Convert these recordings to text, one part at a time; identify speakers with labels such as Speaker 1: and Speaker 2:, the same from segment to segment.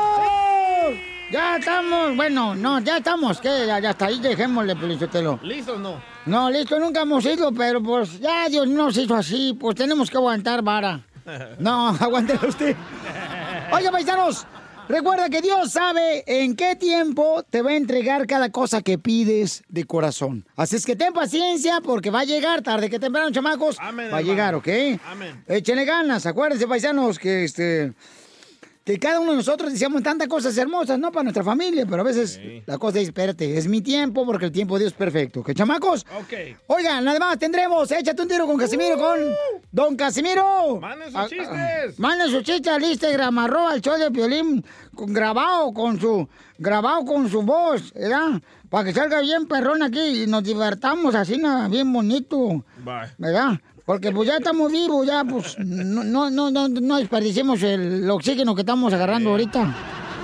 Speaker 1: listos! Ya estamos, bueno, no, ya estamos, que ya, ya hasta ahí dejémosle, Pelichotelo.
Speaker 2: ¿Listo o no?
Speaker 1: No, listo, nunca hemos ido, pero pues ya Dios nos hizo así, pues tenemos que aguantar, vara. No, aguántela usted. Oiga, paisanos, recuerda que Dios sabe en qué tiempo te va a entregar cada cosa que pides de corazón. Así es que ten paciencia porque va a llegar tarde que temprano, chamacos. va a
Speaker 2: hermano.
Speaker 1: llegar, ¿ok?
Speaker 2: Amén.
Speaker 1: Échenle ganas, acuérdense, paisanos, que este. Que cada uno de nosotros deseamos tantas cosas hermosas, ¿no? Para nuestra familia, pero a veces la cosa es, espérate, es mi tiempo porque el tiempo de Dios es perfecto. ¿Qué chamacos?
Speaker 2: Ok.
Speaker 1: Oigan, nada más tendremos, échate un tiro con Casimiro, con Don Casimiro.
Speaker 2: Manden sus
Speaker 1: Ah, ah,
Speaker 2: chistes.
Speaker 1: Manden sus chistes al Instagram, arroba el show de Piolín, con- grabado con su, grabado con su voz, ¿verdad? Para que salga bien perrón aquí y nos divertamos así, nada, bien bonito,
Speaker 2: Bye.
Speaker 1: ¿verdad? Porque pues ya estamos vivos, ya pues no, no, no, no, no desperdiciemos el oxígeno que estamos agarrando ahorita.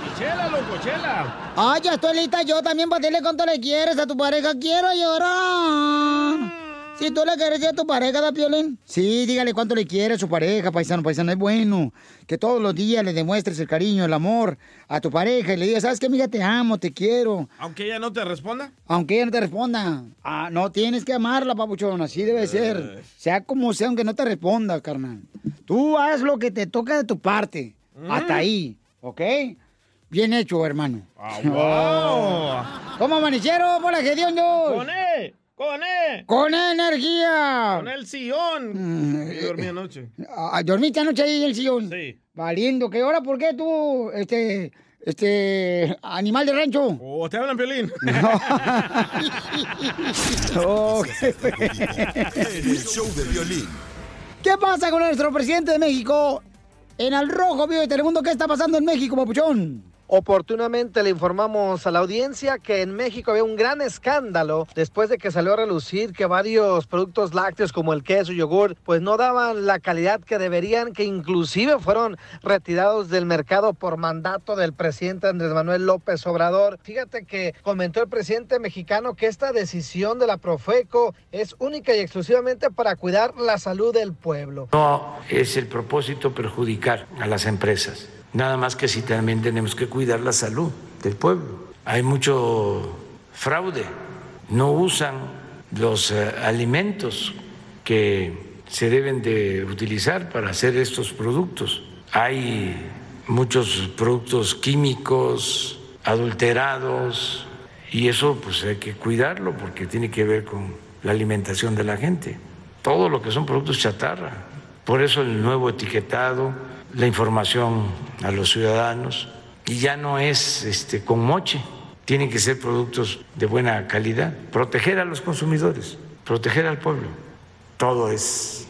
Speaker 2: Y chela, loco, chela.
Speaker 1: Ay, ya estoy lista yo también para decirle cuánto le quieres a tu pareja. Quiero llorar. Si tú le quieres a tu pareja, da piolín. Sí, dígale cuánto le quiere a su pareja, paisano, paisano. Es bueno que todos los días le demuestres el cariño, el amor a tu pareja y le digas, ¿sabes qué, amiga? Te amo, te quiero.
Speaker 2: Aunque ella no te responda.
Speaker 1: Aunque ella no te responda. Ah, no, tienes que amarla, papuchón. Así debe ser. Sea como sea, aunque no te responda, carnal. Tú haz lo que te toca de tu parte. Hasta ahí, ¿ok? Bien hecho, hermano. ¿Cómo amanecieron? ¡Hola, Gedeón!
Speaker 2: ¡Con él! ¡Con él!
Speaker 1: ¡Con E, energía! Mm,
Speaker 2: ¡Con el sillón! Yo dormí anoche.
Speaker 1: Ah, ¿Dormiste anoche ahí en el sillón?
Speaker 2: Sí.
Speaker 1: Valiendo, ¿qué hora? ¿Por qué tú, este, este, animal de rancho?
Speaker 2: ¡Oh, te hablan, Piolín!
Speaker 1: Oh, qué fe-
Speaker 3: El show de violín.
Speaker 1: ¿Qué pasa con nuestro presidente de México? En el rojo vivo de Telemundo, ¿qué está pasando en México, papuchón?
Speaker 4: Oportunamente le informamos a la audiencia que en México había un gran escándalo después de que salió a relucir que varios productos lácteos como el queso y yogur pues no daban la calidad que deberían, que inclusive fueron retirados del mercado por mandato del presidente Andrés Manuel López Obrador. Fíjate que comentó el presidente mexicano que esta decisión de la Profeco es única y exclusivamente para cuidar la salud del pueblo.
Speaker 5: No es el propósito perjudicar a las empresas, nada más que si también tenemos que cuidar la salud del pueblo. Hay mucho fraude, no usan los eh, alimentos que se deben de utilizar para hacer estos productos. Hay muchos productos químicos, adulterados, y eso pues hay que cuidarlo porque tiene que ver con la alimentación de la gente. Todo lo que son productos chatarra, por eso el nuevo etiquetado, la información a los ciudadanos, y ya no es este, con moche, tienen que ser productos de buena calidad, proteger a los consumidores, proteger al pueblo. Todo es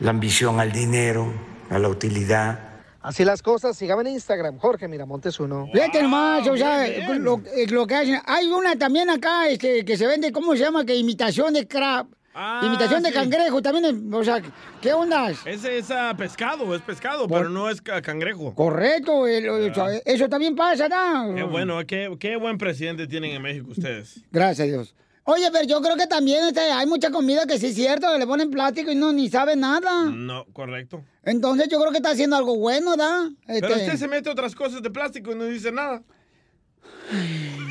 Speaker 5: la ambición al dinero, a la utilidad,
Speaker 4: Así las cosas, síganme en Instagram, Jorge Miramontes uno.
Speaker 1: Fíjate nomás, o sea,
Speaker 2: Ah, bien, bien.
Speaker 1: Lo, eh, lo que hacen. Hay una también acá este, que se vende, ¿cómo se llama? Que imitación de crab.
Speaker 2: Ah,
Speaker 1: imitación de
Speaker 2: sí.
Speaker 1: cangrejo también, eh, o sea, ¿qué ondas?
Speaker 2: Ese es ah, pescado, es pescado, pero no es ca- cangrejo.
Speaker 1: Correcto, el- el- eso también pasa, ¿no?
Speaker 2: Qué bueno, qué, qué buen presidente tienen en México ustedes.
Speaker 1: Gracias a Dios. Oye, pero yo creo que también este, hay mucha comida que sí es cierto, que le ponen plástico y no ni sabe nada.
Speaker 2: No, correcto.
Speaker 1: Entonces yo creo que está haciendo algo bueno, ¿da?
Speaker 2: Pero
Speaker 1: Este,
Speaker 2: usted se mete otras cosas de plástico y no dice nada.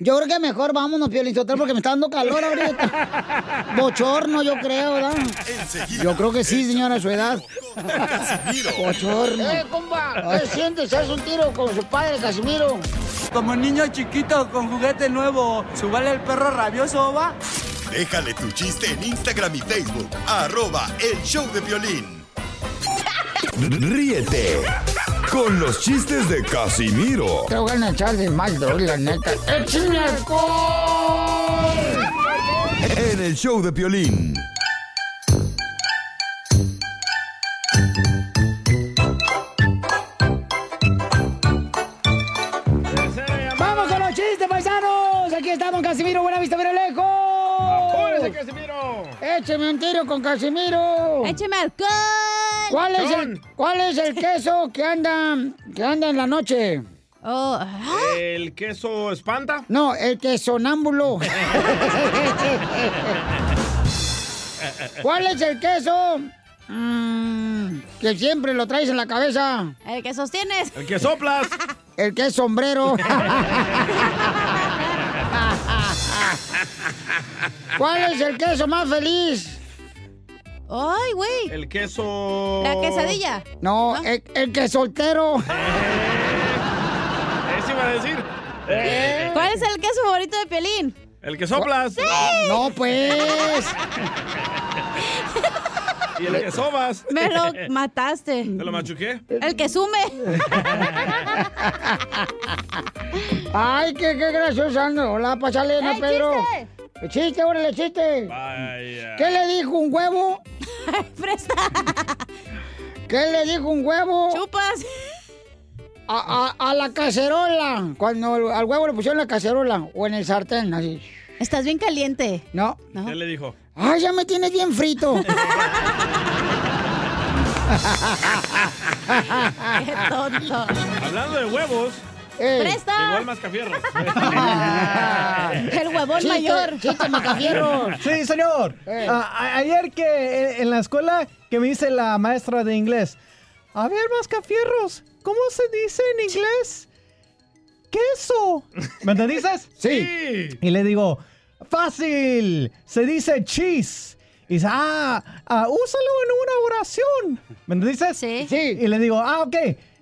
Speaker 1: Yo creo que mejor vámonos, Piolín Sotelo, porque me está dando calor ahorita. Bochorno, yo creo, ¿verdad?
Speaker 6: Enseguida.
Speaker 1: Yo creo que sí, señora, a su edad.
Speaker 6: Casimiro.
Speaker 1: Bochorno. ¡Eh, compa! ¿Qué sientes? ¿Haz un tiro con su padre, Casimiro?
Speaker 7: Como niño chiquito con juguete nuevo, ¿subale el perro rabioso va?
Speaker 6: Déjale tu chiste en Instagram y Facebook. Arroba el show de violín. Ríete. Con los chistes de Casimiro.
Speaker 1: Te voy a echar de mal, doy, la neta. ¡Eh, ¡Échame alcohol!
Speaker 6: En el show de violín.
Speaker 1: ¡Vamos con los chistes, paisanos! Aquí estamos, Casimiro, buena vista, Verelejo.
Speaker 2: ¡Apúrese, Casimiro!
Speaker 1: Écheme un tiro con Casimiro.
Speaker 8: ¡Écheme alcohol!
Speaker 1: ¿Cuál es el, cuál es el queso que anda, que anda en la noche?
Speaker 8: Oh,
Speaker 1: ¿Ah?
Speaker 2: ¿El queso espanta?
Speaker 1: No, el que es sonámbulo. ¿Cuál es el queso? mm, que siempre lo traes en la cabeza.
Speaker 8: el que sostienes.
Speaker 2: ¿El que soplas?
Speaker 1: El que es sombrero. ¿Cuál es el queso más feliz?
Speaker 8: ¡Ay, güey!
Speaker 2: ¿El queso...?
Speaker 8: La quesadilla.
Speaker 1: No, el, el que es soltero.
Speaker 2: Ese iba a decir.
Speaker 8: ¿Cuál es el queso favorito de Pelín?
Speaker 2: ¿El que soplas?
Speaker 1: No, pues.
Speaker 2: ¿Y el que sobas?
Speaker 8: Me lo mataste.
Speaker 2: ¿Te lo machuqué?
Speaker 8: El que sume.
Speaker 1: Ay, qué, qué gracioso. ando. Hola, pasale, no,
Speaker 8: ¡Ey,
Speaker 1: Pedro.
Speaker 8: chiste!
Speaker 1: Chiste, órale, chiste.
Speaker 2: Vaya.
Speaker 1: ¿Qué le dijo un huevo?
Speaker 8: Fresa.
Speaker 1: ¿Qué le dijo un huevo
Speaker 8: Chupas.
Speaker 1: a, a- a la cacerola? Cuando al- al huevo le pusieron la cacerola o en el sartén, así.
Speaker 8: Estás bien caliente.
Speaker 1: No.
Speaker 2: ¿Qué le dijo?
Speaker 1: Ay, ya me tienes bien frito.
Speaker 8: Qué tonto.
Speaker 2: Hablando de huevos,
Speaker 1: Ey,
Speaker 2: llegó
Speaker 8: Fresa.
Speaker 2: el mascafierro.
Speaker 8: El huevón
Speaker 1: chiste,
Speaker 8: mayor.
Speaker 1: Chiste, macafierro.
Speaker 9: Sí, señor.
Speaker 1: Eh.
Speaker 9: Ah, a- ayer que eh, en la escuela que me dice la maestra de inglés. A ver, mascafierros, ¿cómo se dice en inglés? Queso. ¿Me entendiste?
Speaker 1: Sí.
Speaker 9: Y le digo, fácil, se dice cheese. Y dice, ah, ah, úsalo en una oración. ¿Me entendiste?
Speaker 8: Sí.
Speaker 1: Sí.
Speaker 9: Y le digo, ah, ok,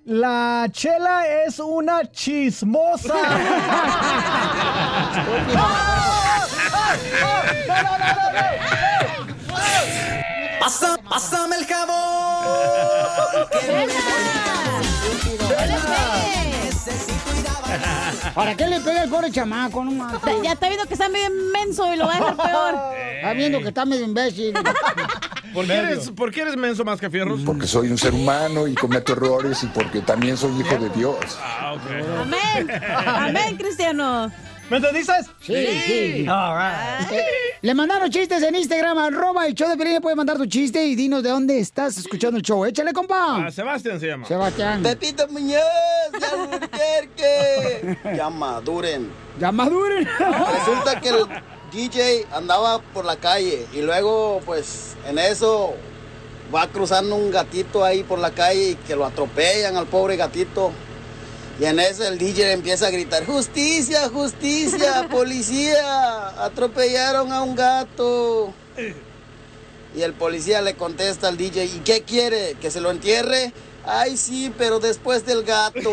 Speaker 9: la chela es una chismosa.
Speaker 7: Pasa, pásame el jabón.
Speaker 8: No le pegues.
Speaker 1: ¿Para qué le pega el pobre chamaco? No mames.
Speaker 8: Te- Ya está viendo que está medio inmenso y lo va a dejar peor.
Speaker 1: Está viendo que está medio imbécil.
Speaker 2: ¿Por qué, eres, ¿Por qué eres menso mascafierros?
Speaker 10: porque soy un ser humano y cometo errores y porque también soy hijo de Dios.
Speaker 2: Ah, ok.
Speaker 8: Amén. Amén, Cristiano.
Speaker 9: ¿Me entendiste?
Speaker 1: Sí, sí. Eh,
Speaker 9: All right.
Speaker 1: Le mandaron chistes en Instagram, arroba el show de Pelín. Puedes mandar tu chiste y dinos de dónde estás escuchando el show. Échale, compa.
Speaker 2: Ah, Sebastián se llama.
Speaker 1: Sebastián.
Speaker 7: Pepito Muñoz, que Ya maduren.
Speaker 1: Ya maduren.
Speaker 7: Resulta que el DJ andaba por la calle y luego, pues, en eso va cruzando un gatito ahí por la calle y que lo atropellan al pobre gatito. Y en eso el DJ empieza a gritar, justicia, justicia, policía, atropellaron a un gato. Y el policía le contesta al DJ, ¿y qué quiere? ¿Que se lo entierre? Ay, sí, pero después del gato.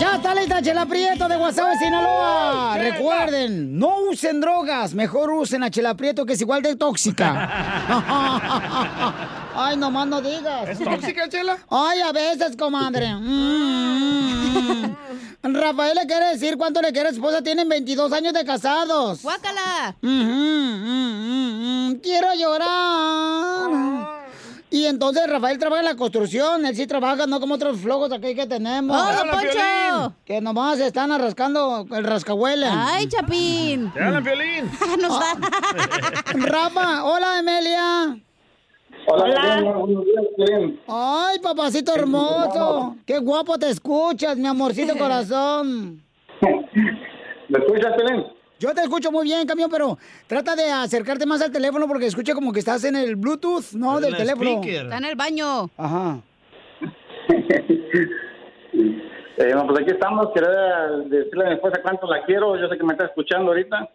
Speaker 1: Ya está lista Chela Prieto de Guasave, Sinaloa. Recuerden, no usen drogas. Mejor usen a Chela Prieto, que es igual de tóxica. Ay, nomás no digas.
Speaker 2: ¿Es tóxica, Chela?
Speaker 1: Ay, a veces, comadre. Mm, mm. Rafael le quiere decir cuánto le quiere a su esposa. Tienen 22 años de casados.
Speaker 8: Guácala. Ah.
Speaker 1: Ujú, mm, mm, mm. Quiero llorar. Y entonces Rafael trabaja en la construcción, él sí trabaja, no como otros flojos aquí que tenemos.
Speaker 8: ¡Oh, don ¡Te hablan, Poncho! Piolín!
Speaker 1: Que nomás están arrascando el rascahuele. Ah.
Speaker 8: ¡Ay, Ah, Chapín!
Speaker 2: ¡Te hablan, Piolín!
Speaker 8: Nos da.
Speaker 1: Rafa, hola Emelia.
Speaker 11: buenos días, Piolín.
Speaker 1: Ay, papacito hermoso. Qué guapo te escuchas, mi amorcito corazón.
Speaker 11: ¿Me escuchas, Piolín?
Speaker 1: Yo te escucho muy bien, camión, pero trata de acercarte más al teléfono porque escucha como que estás en el Bluetooth, ¿no?
Speaker 2: En
Speaker 1: Del
Speaker 2: la
Speaker 1: teléfono.
Speaker 2: speaker. Está
Speaker 8: en el baño.
Speaker 1: Ajá.
Speaker 11: Eh, no, pues aquí estamos. Quería decirle a mi esposa cuánto la quiero. Yo sé que me está escuchando ahorita.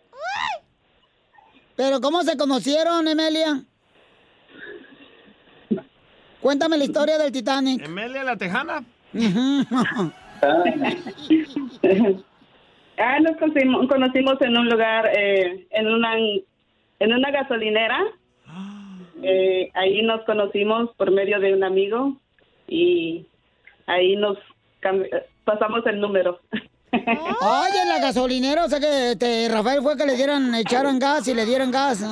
Speaker 1: Pero ¿cómo se conocieron, Emelia? Cuéntame la historia del Titanic.
Speaker 2: ¿Emelia la Tejana?
Speaker 12: Ah, nos conocimos, conocimos en un lugar, eh, en una en una gasolinera. Eh, ahí nos conocimos por medio de un amigo y ahí nos cam- eh, pasamos el número.
Speaker 1: Oye, en la gasolinera, o sea que este, Rafael fue que le dieran, echaran gas y le dieran gas.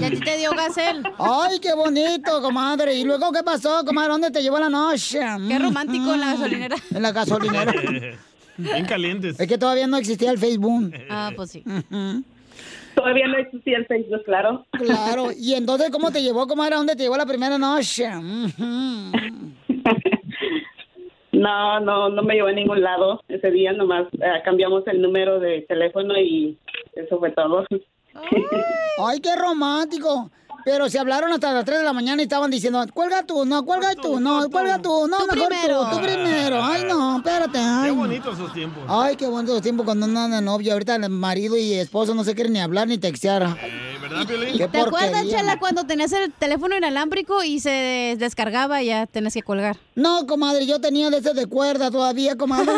Speaker 1: Y
Speaker 8: a ti te dio gas él.
Speaker 1: Ay, qué bonito, comadre. ¿Y luego qué pasó, comadre? ¿Dónde te llevó la noche?
Speaker 8: Qué romántico en la gasolinera.
Speaker 1: En la gasolinera.
Speaker 2: Bien calientes.
Speaker 1: es que todavía no existía el Facebook.
Speaker 8: Ah, pues sí.
Speaker 12: Todavía no existía el Facebook, claro.
Speaker 1: Claro. ¿Y entonces cómo te llevó, comadre? ¿A ¿Dónde te llevó la primera noche? Mm. Ujú.
Speaker 12: No, no, no me llevó a ningún lado ese día, nomás eh, cambiamos el número de teléfono y eso fue todo.
Speaker 1: Ay, qué romántico. Pero se hablaron hasta las 3 de la mañana y estaban diciendo, cuelga tú, no, cuelga tú, no, cuelga tú, no,
Speaker 2: Tú
Speaker 1: mejor
Speaker 2: primero.
Speaker 1: tú, tú primero. Ay, no, espérate. Ay, no.
Speaker 2: Qué bonitos esos tiempos.
Speaker 1: Ay, qué bonito los tiempos cuando andan de novio. Ahorita el marido y esposo no se quieren ni hablar ni textear.
Speaker 2: Eh, ¿Verdad, Piolín?
Speaker 1: Qué
Speaker 8: ¿Te acuerdas,
Speaker 1: porquería.
Speaker 8: Chela, cuando tenías el teléfono inalámbrico y se descargaba y ya tenías que colgar?
Speaker 1: No, comadre, yo tenía de ese de cuerda todavía, comadre.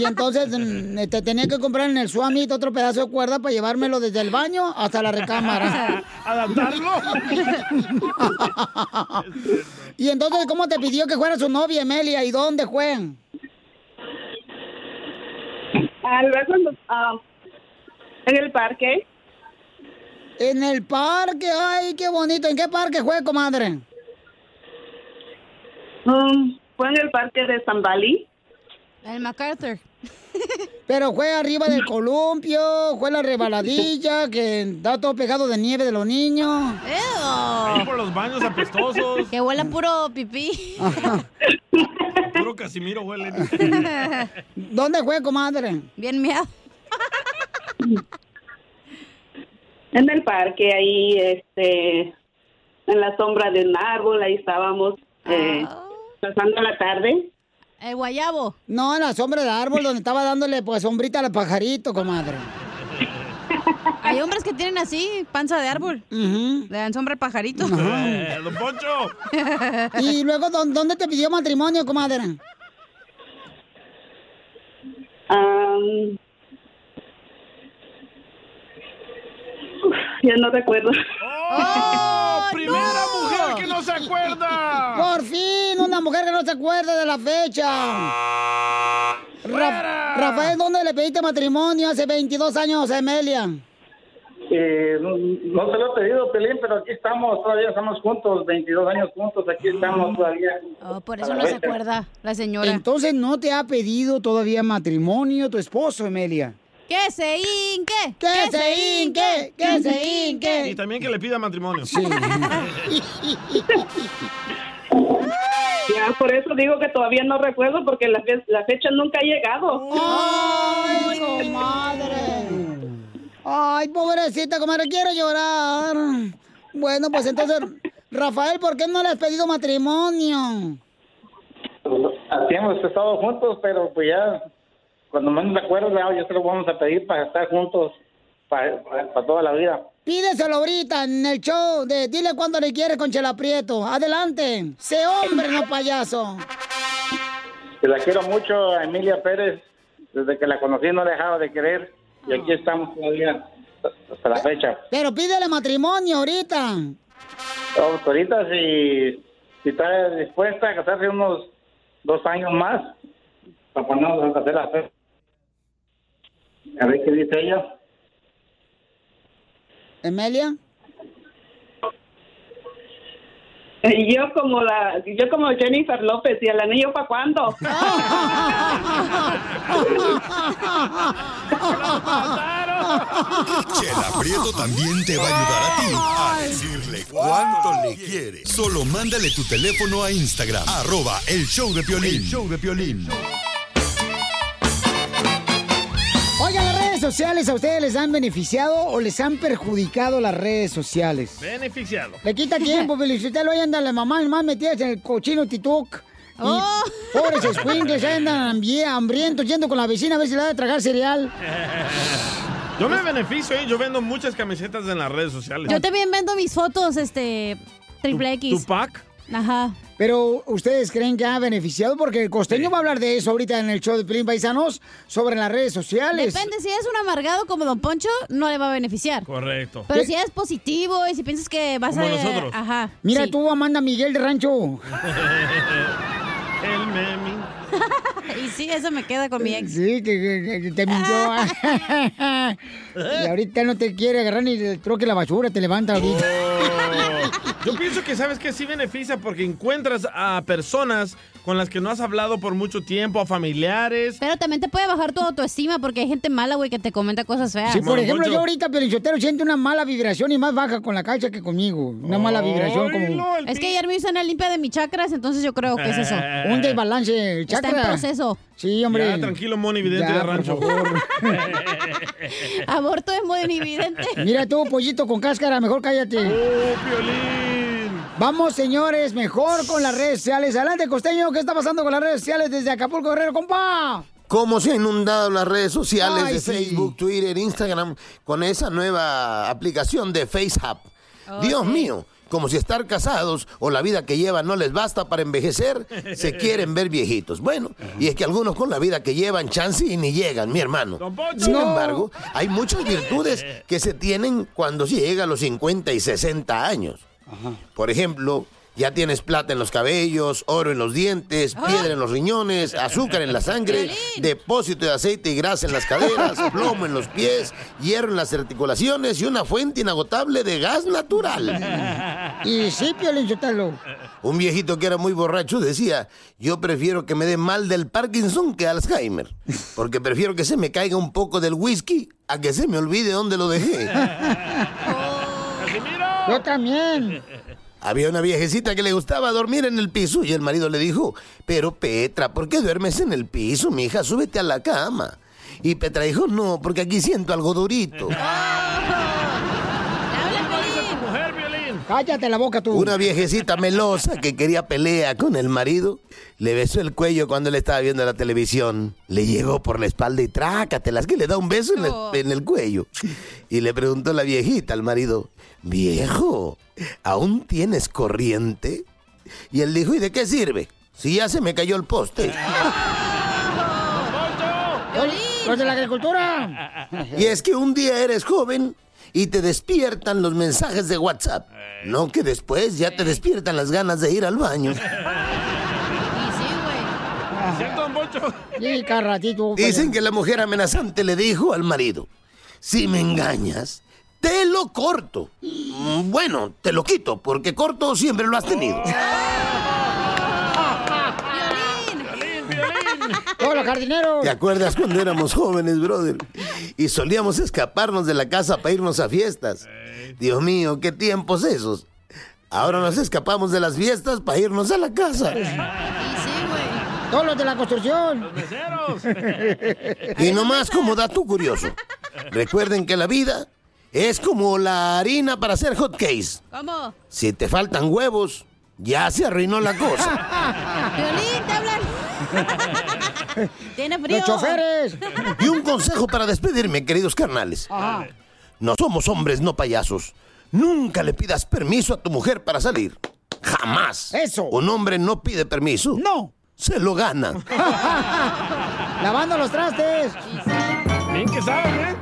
Speaker 1: Y entonces mm, te tenía que comprar en el Suamit otro pedazo de cuerda para llevármelo desde el baño hasta la recámara.
Speaker 2: ¿Adaptarlo?
Speaker 1: y entonces, ¿cómo te pidió que fuera su novia, Emelia? ¿Y dónde juegan?
Speaker 12: Ah, luego nos- ah, en el parque,
Speaker 1: En el parque, ay, qué bonito. ¿En qué parque juega, comadre?
Speaker 12: um, fue en el parque de San Bali.
Speaker 8: El MacArthur.
Speaker 1: Pero juega arriba del columpio, juega la rebaladilla, que da todo pegado de nieve de los niños.
Speaker 2: Eh. Ahí por los baños apestosos.
Speaker 8: Que huela puro pipí.
Speaker 2: Puro Casimiro huele.
Speaker 1: ¿Dónde juega, comadre?
Speaker 8: Bien miado.
Speaker 12: En el parque, ahí, este, en la sombra de un árbol, ahí estábamos eh, pasando la tarde.
Speaker 8: El guayabo.
Speaker 1: No, en la sombra del árbol donde estaba dándole pues sombrita al pajarito, comadre.
Speaker 8: Hay hombres que tienen así, panza de árbol. Le dan sombra al pajarito.
Speaker 2: Eh, don Poncho.
Speaker 1: ¿Y luego ¿dó- dónde te pidió matrimonio, comadre?
Speaker 12: Am, uf, ya no recuerdo.
Speaker 2: ¡Primera mujer que no se acuerda!
Speaker 1: Por fin, una mujer que no se acuerda de la fecha. Ra- Rafael, ¿dónde le pediste matrimonio hace 22 años, Emelia?
Speaker 11: Eh, no, no te lo he pedido, Pelín, pero aquí estamos, todavía estamos juntos, 22 años juntos, aquí estamos todavía.
Speaker 8: Oh, por eso no se acuerda la señora.
Speaker 1: Entonces no te ha pedido todavía matrimonio tu esposo, Emelia.
Speaker 8: ¿Qué se hinque?
Speaker 1: ¿Qué se hinque? ¿Qué se hinque?
Speaker 2: Y también que le pida matrimonio.
Speaker 12: Ya, por eso digo que todavía no recuerdo porque la, fe- la fecha nunca ha llegado.
Speaker 1: ¡Ay, comadre! Ay, pobrecita, comadre, quiero llorar. Bueno, pues entonces, Rafael, ¿por qué no le has pedido matrimonio?
Speaker 11: pues, Así hemos estado juntos, pero pues ya, cuando menos me acuerdo, ya ya se lo vamos a pedir para estar juntos para, para- para toda la vida.
Speaker 1: Pídeselo ahorita en el show de Dile cuándo le quieres con Chela Prieto. Adelante. Sé hombre, no payaso.
Speaker 11: Que la quiero mucho a Emilia Pérez, desde que la conocí no la dejaba de querer, y aquí estamos todavía hasta la fecha.
Speaker 1: Pero pídele matrimonio ahorita.
Speaker 11: Oh, pues ahorita si, si está dispuesta a casarse unos dos años más, para ponernos a hacer la fe. A ver qué dice ella.
Speaker 1: Emelia.
Speaker 12: Y yo como la, yo como Jennifer López y el anillo para cuándo.
Speaker 6: Chela Prieto también te va a ayudar a ti a decirle cuánto le quiere. Solo mándale tu teléfono a Instagram, arroba el show de Piolín. show de Piolín.
Speaker 1: Oigan, ¿las redes sociales a ustedes les han beneficiado o les han perjudicado las redes sociales?
Speaker 2: Beneficiado.
Speaker 1: Le quita tiempo, Felicitelo. Ahí andan las mamás más metidas en el cochino TikTok. Y
Speaker 13: Oh.
Speaker 1: pobres escuincles, ahí andan hambri- hambrientos, yendo con la vecina a ver si le da de tragar cereal.
Speaker 2: Yo me beneficio, ¿eh? yo vendo muchas camisetas en las redes sociales.
Speaker 8: Yo también vendo mis fotos, este, triple X.
Speaker 2: ¿Tu pack?
Speaker 8: Ajá.
Speaker 1: Pero ustedes creen que ha beneficiado porque el costeño va a hablar de eso ahorita en el show de Pelín Paisanos sobre las redes sociales.
Speaker 8: Depende, si es un amargado como Don Poncho, no le va a beneficiar.
Speaker 2: Correcto.
Speaker 8: Pero si es positivo y si piensas que vas
Speaker 2: Como
Speaker 8: a...
Speaker 2: nosotros.
Speaker 8: Ajá.
Speaker 1: Mira
Speaker 8: sí.
Speaker 1: tú, Amanda Miguel de Rancho.
Speaker 2: El meme.
Speaker 8: y sí, eso me queda con mi ex.
Speaker 1: Sí, que, que- que te mintió. y ahorita no te quiere agarrar ni el troque la basura, te levanta ahorita.
Speaker 2: Yo pienso que sabes que sí beneficia porque encuentras a personas con las que no has hablado por mucho tiempo, a familiares.
Speaker 8: Pero también te puede bajar tu autoestima porque hay gente mala, güey, que te comenta cosas feas.
Speaker 1: Sí, por ejemplo, yo ahorita, Pelichotero, siento una mala vibración y más baja con la cacha que conmigo. Una mala vibración como...
Speaker 8: Es que ayer me hice una limpia de mis chakras, entonces yo creo que es eso.
Speaker 1: Un desbalance, el chakra.
Speaker 8: Está en proceso.
Speaker 1: Sí, hombre.
Speaker 2: Ya, tranquilo, Moni Vidente
Speaker 1: Ya,
Speaker 2: de
Speaker 1: por
Speaker 2: Rancho.
Speaker 8: Aborto es muy evidente.
Speaker 1: Mira tú, pollito con cáscara, mejor cállate.
Speaker 2: ¡Oh,
Speaker 1: Vamos, señores, mejor con las redes sociales. Adelante, costeño, ¿qué está pasando con las redes sociales desde Acapulco, Guerrero, compa?
Speaker 14: cómo se han inundado las redes sociales
Speaker 1: Ay,
Speaker 14: de
Speaker 1: sí.
Speaker 14: Facebook, Twitter, Instagram con esa nueva aplicación de FaceApp.
Speaker 5: Oh,
Speaker 14: Dios
Speaker 5: sí.
Speaker 14: mío, como si estar casados o la vida que llevan no les basta para envejecer, se quieren ver viejitos. Bueno, y es que algunos con la vida que llevan chance y ni llegan, mi hermano. Sin
Speaker 5: No.
Speaker 14: embargo, hay muchas virtudes que se tienen cuando se llega a los 50 y 60 años. Por ejemplo, ya tienes plata en los cabellos, oro en los dientes, piedra en los riñones, azúcar en la sangre, depósito de aceite y grasa en las caderas, plomo en los pies, hierro en las articulaciones y una fuente inagotable de gas natural.
Speaker 1: Y sí, Piolín Sotelo.
Speaker 14: Un viejito que era muy borracho decía, yo prefiero que me dé mal del Parkinson que Alzheimer, porque prefiero que se me caiga un poco del whisky a que se me olvide dónde lo dejé.
Speaker 1: Yo también.
Speaker 14: Había una viejecita que le gustaba dormir en el piso y el marido le dijo, pero Petra, ¿por qué duermes en el piso, mija? Súbete a la cama. Y Petra dijo, no, porque aquí siento algo durito.
Speaker 1: Cállate la boca tú.
Speaker 14: Una viejecita melosa que quería pelea con el marido, le besó el cuello cuando él estaba viendo la televisión. Le llegó por la espalda y trácatelas, que le da un beso en, la- en el cuello. Y le preguntó la viejita al marido, viejo, ¿aún tienes corriente? Y él dijo, ¿y de qué sirve? Si ya se me cayó el poste.
Speaker 1: ¡Los pues de la agricultura!
Speaker 14: Y es que un día eres joven y te despiertan los mensajes de WhatsApp.
Speaker 1: Eh.
Speaker 14: No que después ya te despiertan las ganas de ir al baño.
Speaker 2: ¿Cierto, Don Poncho?
Speaker 1: Y carratito.
Speaker 14: Dicen que la mujer amenazante le dijo al marido, si me engañas, te lo corto. Mm, Bueno, te lo quito, porque corto siempre lo has tenido.
Speaker 1: Todos los jardineros.
Speaker 14: ¿Te acuerdas cuando éramos jóvenes, brother? Y solíamos escaparnos de la casa para irnos a fiestas. Dios mío, qué tiempos esos. Ahora nos escapamos de las fiestas para irnos a la casa.
Speaker 1: Todos los de la construcción.
Speaker 14: Y nomás como dato curioso, recuerden que la vida es como la harina para hacer hot cakes.
Speaker 8: ¿Cómo?
Speaker 14: Si te faltan huevos, ya se arruinó la cosa.
Speaker 8: Violín, te hablan. Tiene frío.
Speaker 14: ¡Los choferes! Y un consejo para despedirme, queridos carnales.
Speaker 8: Ajá.
Speaker 14: No somos hombres, no payasos. Nunca le pidas permiso a tu mujer para salir. Jamás. Eso. Un hombre no pide permiso.
Speaker 1: No.
Speaker 14: Se lo gana.
Speaker 1: Lavando los trastes.
Speaker 2: Bien que saben, ¿eh?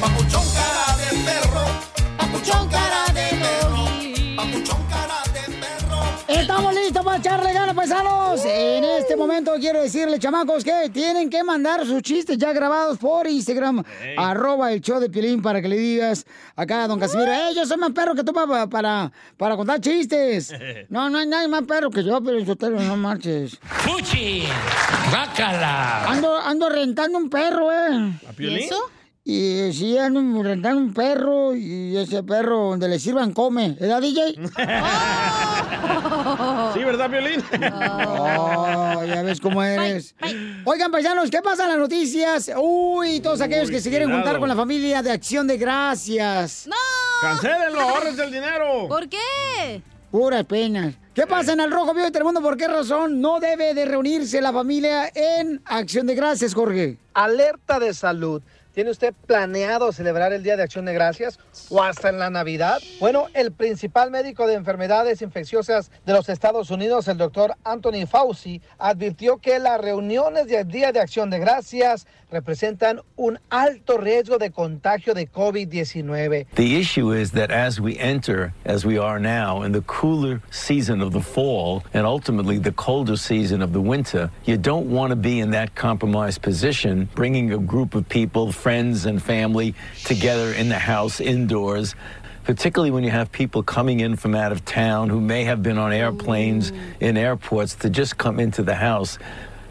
Speaker 13: Papuchón cara de perro. Papuchón cara de perro.
Speaker 1: Estamos listos para echarle ganas, paisanos, en este momento quiero decirles, chamacos, que tienen que mandar sus chistes ya grabados por Instagram, arroba el show de Piolín, para que le digas acá a don Casimiro, ¡eh, yo soy más perro que tú pa- pa- para, para contar chistes! No, no hay nadie más perro que yo, pero Sotelo, no marches.
Speaker 5: ¡Fuchi!
Speaker 14: Ah.
Speaker 5: ¡Bácala!
Speaker 1: Ando, ando rentando un perro, ¿eh?
Speaker 5: ¿A Piolín? ¿Y eso?
Speaker 1: Y eh, sí, ando rentando un perro y ese perro donde le sirvan come. ¿eh, ¿Era DJ?
Speaker 2: Sí, ¿verdad, Violín?
Speaker 1: Oh, ya ves cómo eres. Oigan, paisanos, ¿qué pasa en las noticias? Uy, todos aquellos que se quieren
Speaker 2: cuidado.
Speaker 1: juntar con la familia de Acción de Gracias. ¡No!
Speaker 2: ¡Cancélenlo! ¡Ahorrense el dinero!
Speaker 1: ¿Por qué? Puras penas. ¿Qué
Speaker 2: Eh.
Speaker 1: pasa en el Rojo Vivo de Telemundo? ¿Por qué razón no debe de reunirse la familia en Acción de Gracias, Jorge?
Speaker 4: Alerta de salud. ¿Tiene usted planeado celebrar el Día de Acción de Gracias o hasta en la Navidad? Bueno, el principal médico de enfermedades infecciosas de los Estados Unidos, el doctor Anthony Fauci, advirtió que las reuniones del Día de Acción de Gracias representan un alto riesgo de contagio de COVID-19.
Speaker 15: The issue is that as we enter, as we are now, in the cooler season of the fall and ultimately the colder season of the winter, you don't want to be in that compromised position, bringing a group of people, friends and family, together in the house, indoors. Particularly when you have people coming in from out of town who may have been on airplanes in airports to just come into the house.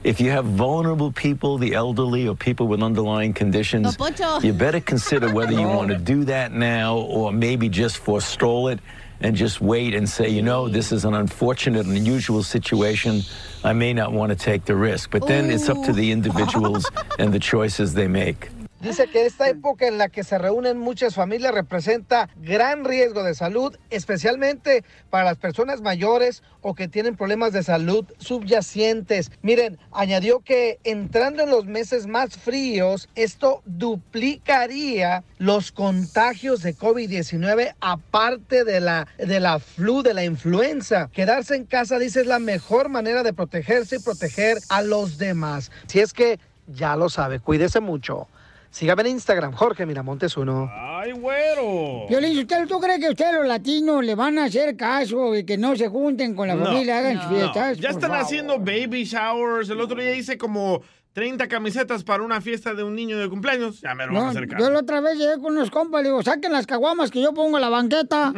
Speaker 15: If you have vulnerable people, the elderly, or people with underlying conditions,
Speaker 5: Don Poncho.
Speaker 15: you better consider whether you want to do that now or maybe just forestall it and just wait and say, you know, this is an unfortunate and unusual situation. I may not want to take the risk. But then it's up to the individuals and the choices they make.
Speaker 4: Dice que esta época en la que se reúnen muchas familias representa gran riesgo de salud, especialmente para las personas mayores o que tienen problemas de salud subyacentes. Miren, añadió que entrando en los meses más fríos, esto duplicaría los contagios de COVID-19 aparte de la, de la flu, de la influenza. Quedarse en casa, dice, es la mejor manera de protegerse y proteger a los demás. Si es que ya lo sabe, cuídese mucho. Sígame en Instagram, Jorge Miramontes 1.
Speaker 2: ¡Ay, güero!
Speaker 1: Violín, ¿usted, ¿tú crees que ustedes los latinos le van a hacer caso y que no se junten con la
Speaker 2: No,
Speaker 1: familia, hagan
Speaker 2: no.
Speaker 1: fiestas?
Speaker 2: Ya
Speaker 1: por
Speaker 2: están
Speaker 1: favor?
Speaker 2: haciendo baby showers. El otro día hice como 30 camisetas para una fiesta de un niño de cumpleaños. Ya me lo van a
Speaker 1: No,
Speaker 2: acercar.
Speaker 1: yo la otra vez llegué con unos compas, le digo, saquen las caguamas que yo pongo en la banqueta.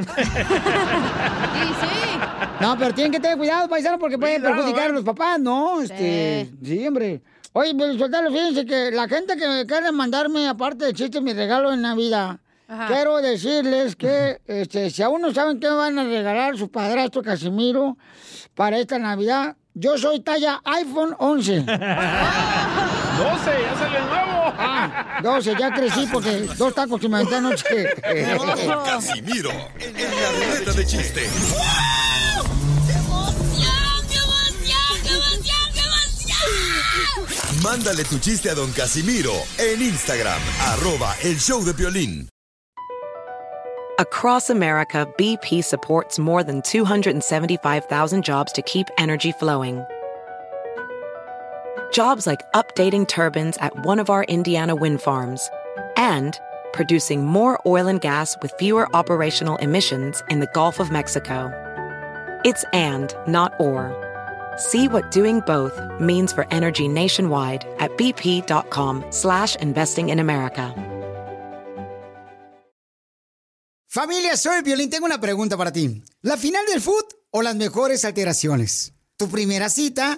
Speaker 1: No, pero tienen que tener cuidado, paisano, porque pueden
Speaker 5: Cuidado,
Speaker 1: perjudicar
Speaker 5: ¿eh?
Speaker 1: a los papás, ¿no? Este, sí, hombre. Oye, pero soltero, fíjense que la gente que me quiere mandarme, aparte de chistes, mi regalo en Navidad,
Speaker 5: Ajá.
Speaker 1: quiero decirles que este, si aún no saben qué me van a regalar su padrastro Casimiro para esta Navidad, yo soy talla iPhone 11.
Speaker 2: 12, ya salió el nuevo.
Speaker 1: Ah, 12, ya crecí porque dos tacos que me aventé anoche.
Speaker 6: Casimiro en la ruleta de chiste. Mándale tu chiste a don Casimiro en Instagram, arroba el show de violín.
Speaker 16: Across America, BP supports more than 275,000 jobs to keep energy flowing. Jobs like updating turbines at one of our Indiana wind farms and producing more oil and gas with fewer operational emissions in the Gulf of Mexico. It's and, not or. See what doing both means for energy nationwide at bp.com slash investing in America.
Speaker 1: Familia, soy Violín. Tengo una pregunta para ti. ¿La final del foot o las mejores alteraciones? ¿Tu primera cita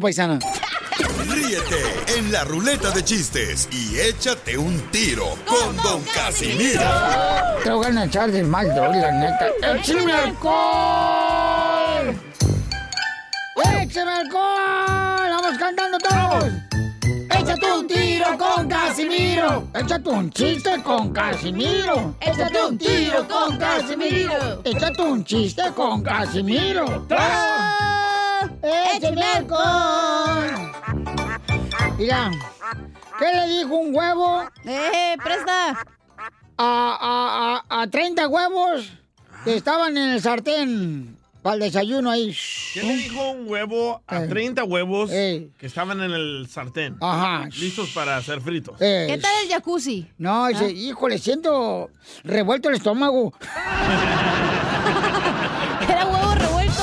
Speaker 1: paisana.
Speaker 6: Ríete en la ruleta de chistes y échate un tiro con Don Casimiro.
Speaker 1: Te voy a echar del mal, la neta. ¡Échame alcohol! ¡Échame alcohol! ¡Vamos cantando todos! ¡Échate un tiro con Casimiro! ¡Échate un chiste con Casimiro! ¡Échate un tiro con Casimiro! ¡Échate un chiste con Casimiro! ¡Ah! ¡Échame alcohol! Mira, ¿qué le dijo un huevo? ¡Eh, presta! A, a, a, a 30 huevos que estaban en el sartén para el desayuno ahí.
Speaker 2: ¿Qué le dijo un huevo a
Speaker 1: Eh.
Speaker 2: 30 huevos
Speaker 1: Eh.
Speaker 2: que estaban en el sartén?
Speaker 1: Ajá.
Speaker 2: Listos para ser fritos.
Speaker 1: Eh,
Speaker 8: ¿Qué tal el jacuzzi?
Speaker 1: No, dice,
Speaker 8: Ah.
Speaker 1: híjole, siento revuelto el estómago. Era huevo revuelto.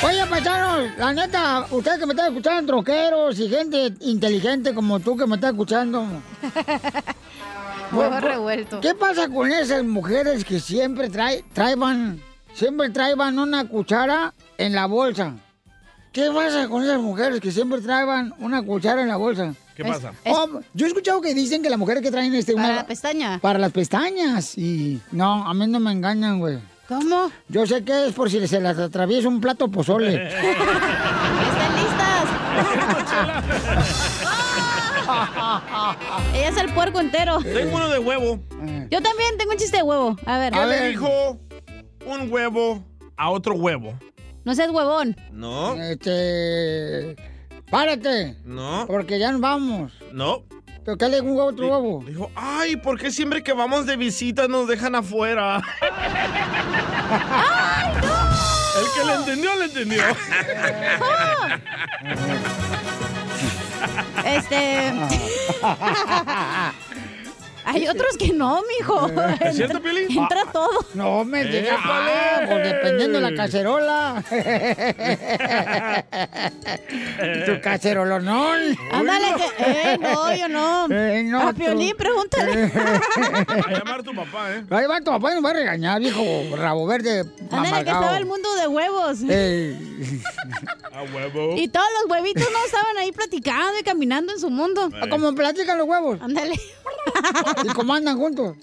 Speaker 1: Oye, paisanos, la neta, ustedes que me están escuchando, troqueros y gente inteligente como tú que me está escuchando.
Speaker 8: Huevo
Speaker 1: Bu- bu-
Speaker 8: revuelto.
Speaker 1: ¿Qué pasa con esas mujeres que siempre trae, traen, siempre traen una cuchara en la bolsa? ¿Qué pasa con esas mujeres que siempre traen una cuchara en la bolsa?
Speaker 2: ¿Qué pasa?
Speaker 1: Oh, yo he escuchado que dicen que las mujeres que traen este una
Speaker 8: Para la pestaña.
Speaker 1: para las pestañas y no, a mí no me engañan, güey. ¿Cómo? Yo sé que es por si se las atraviesa un plato de pozole.
Speaker 8: ¿Están listas? Ella es el puerco entero.
Speaker 2: Tengo uno de huevo.
Speaker 8: Yo también tengo un chiste de huevo. A ver.
Speaker 2: ¿Qué le dijo un huevo a otro huevo?
Speaker 8: No seas huevón.
Speaker 2: No,
Speaker 1: Eh. Este, párate,
Speaker 2: no,
Speaker 1: porque ya nos vamos.
Speaker 2: no.
Speaker 1: ¿Pero qué le dijo un huevo a otro huevo?
Speaker 2: Dijo, ay, ¿por qué siempre que vamos de visita nos dejan afuera? El que le entendió, le entendió.
Speaker 8: Este. Hay otros que no, mijo.
Speaker 1: ¿Es cierto,
Speaker 8: Entra-
Speaker 1: Piolín? Ah,
Speaker 8: Entra todo.
Speaker 1: No me digas,
Speaker 8: ¡Épale!
Speaker 1: ah, pues dependiendo de la cacerola. tu cacerolonón.
Speaker 8: Ándale, que. Eh, no, yo no.
Speaker 1: Eh, no,
Speaker 8: a
Speaker 1: tú. Eh.
Speaker 8: Piolín, pregúntale.
Speaker 2: A llamar a tu papá, ¿eh?
Speaker 1: Ahí va tu papá y nos va a regañar, viejo rabo verde.
Speaker 8: Ándale, que
Speaker 1: amargado. Eh,
Speaker 8: estaba el mundo de huevos.
Speaker 1: Ey.
Speaker 2: A huevo.
Speaker 8: Y todos los huevitos no estaban ahí platicando y caminando en su mundo.
Speaker 2: Ah, como
Speaker 1: platican los huevos.
Speaker 8: Ándale.
Speaker 1: ¿Y cómo andan juntos?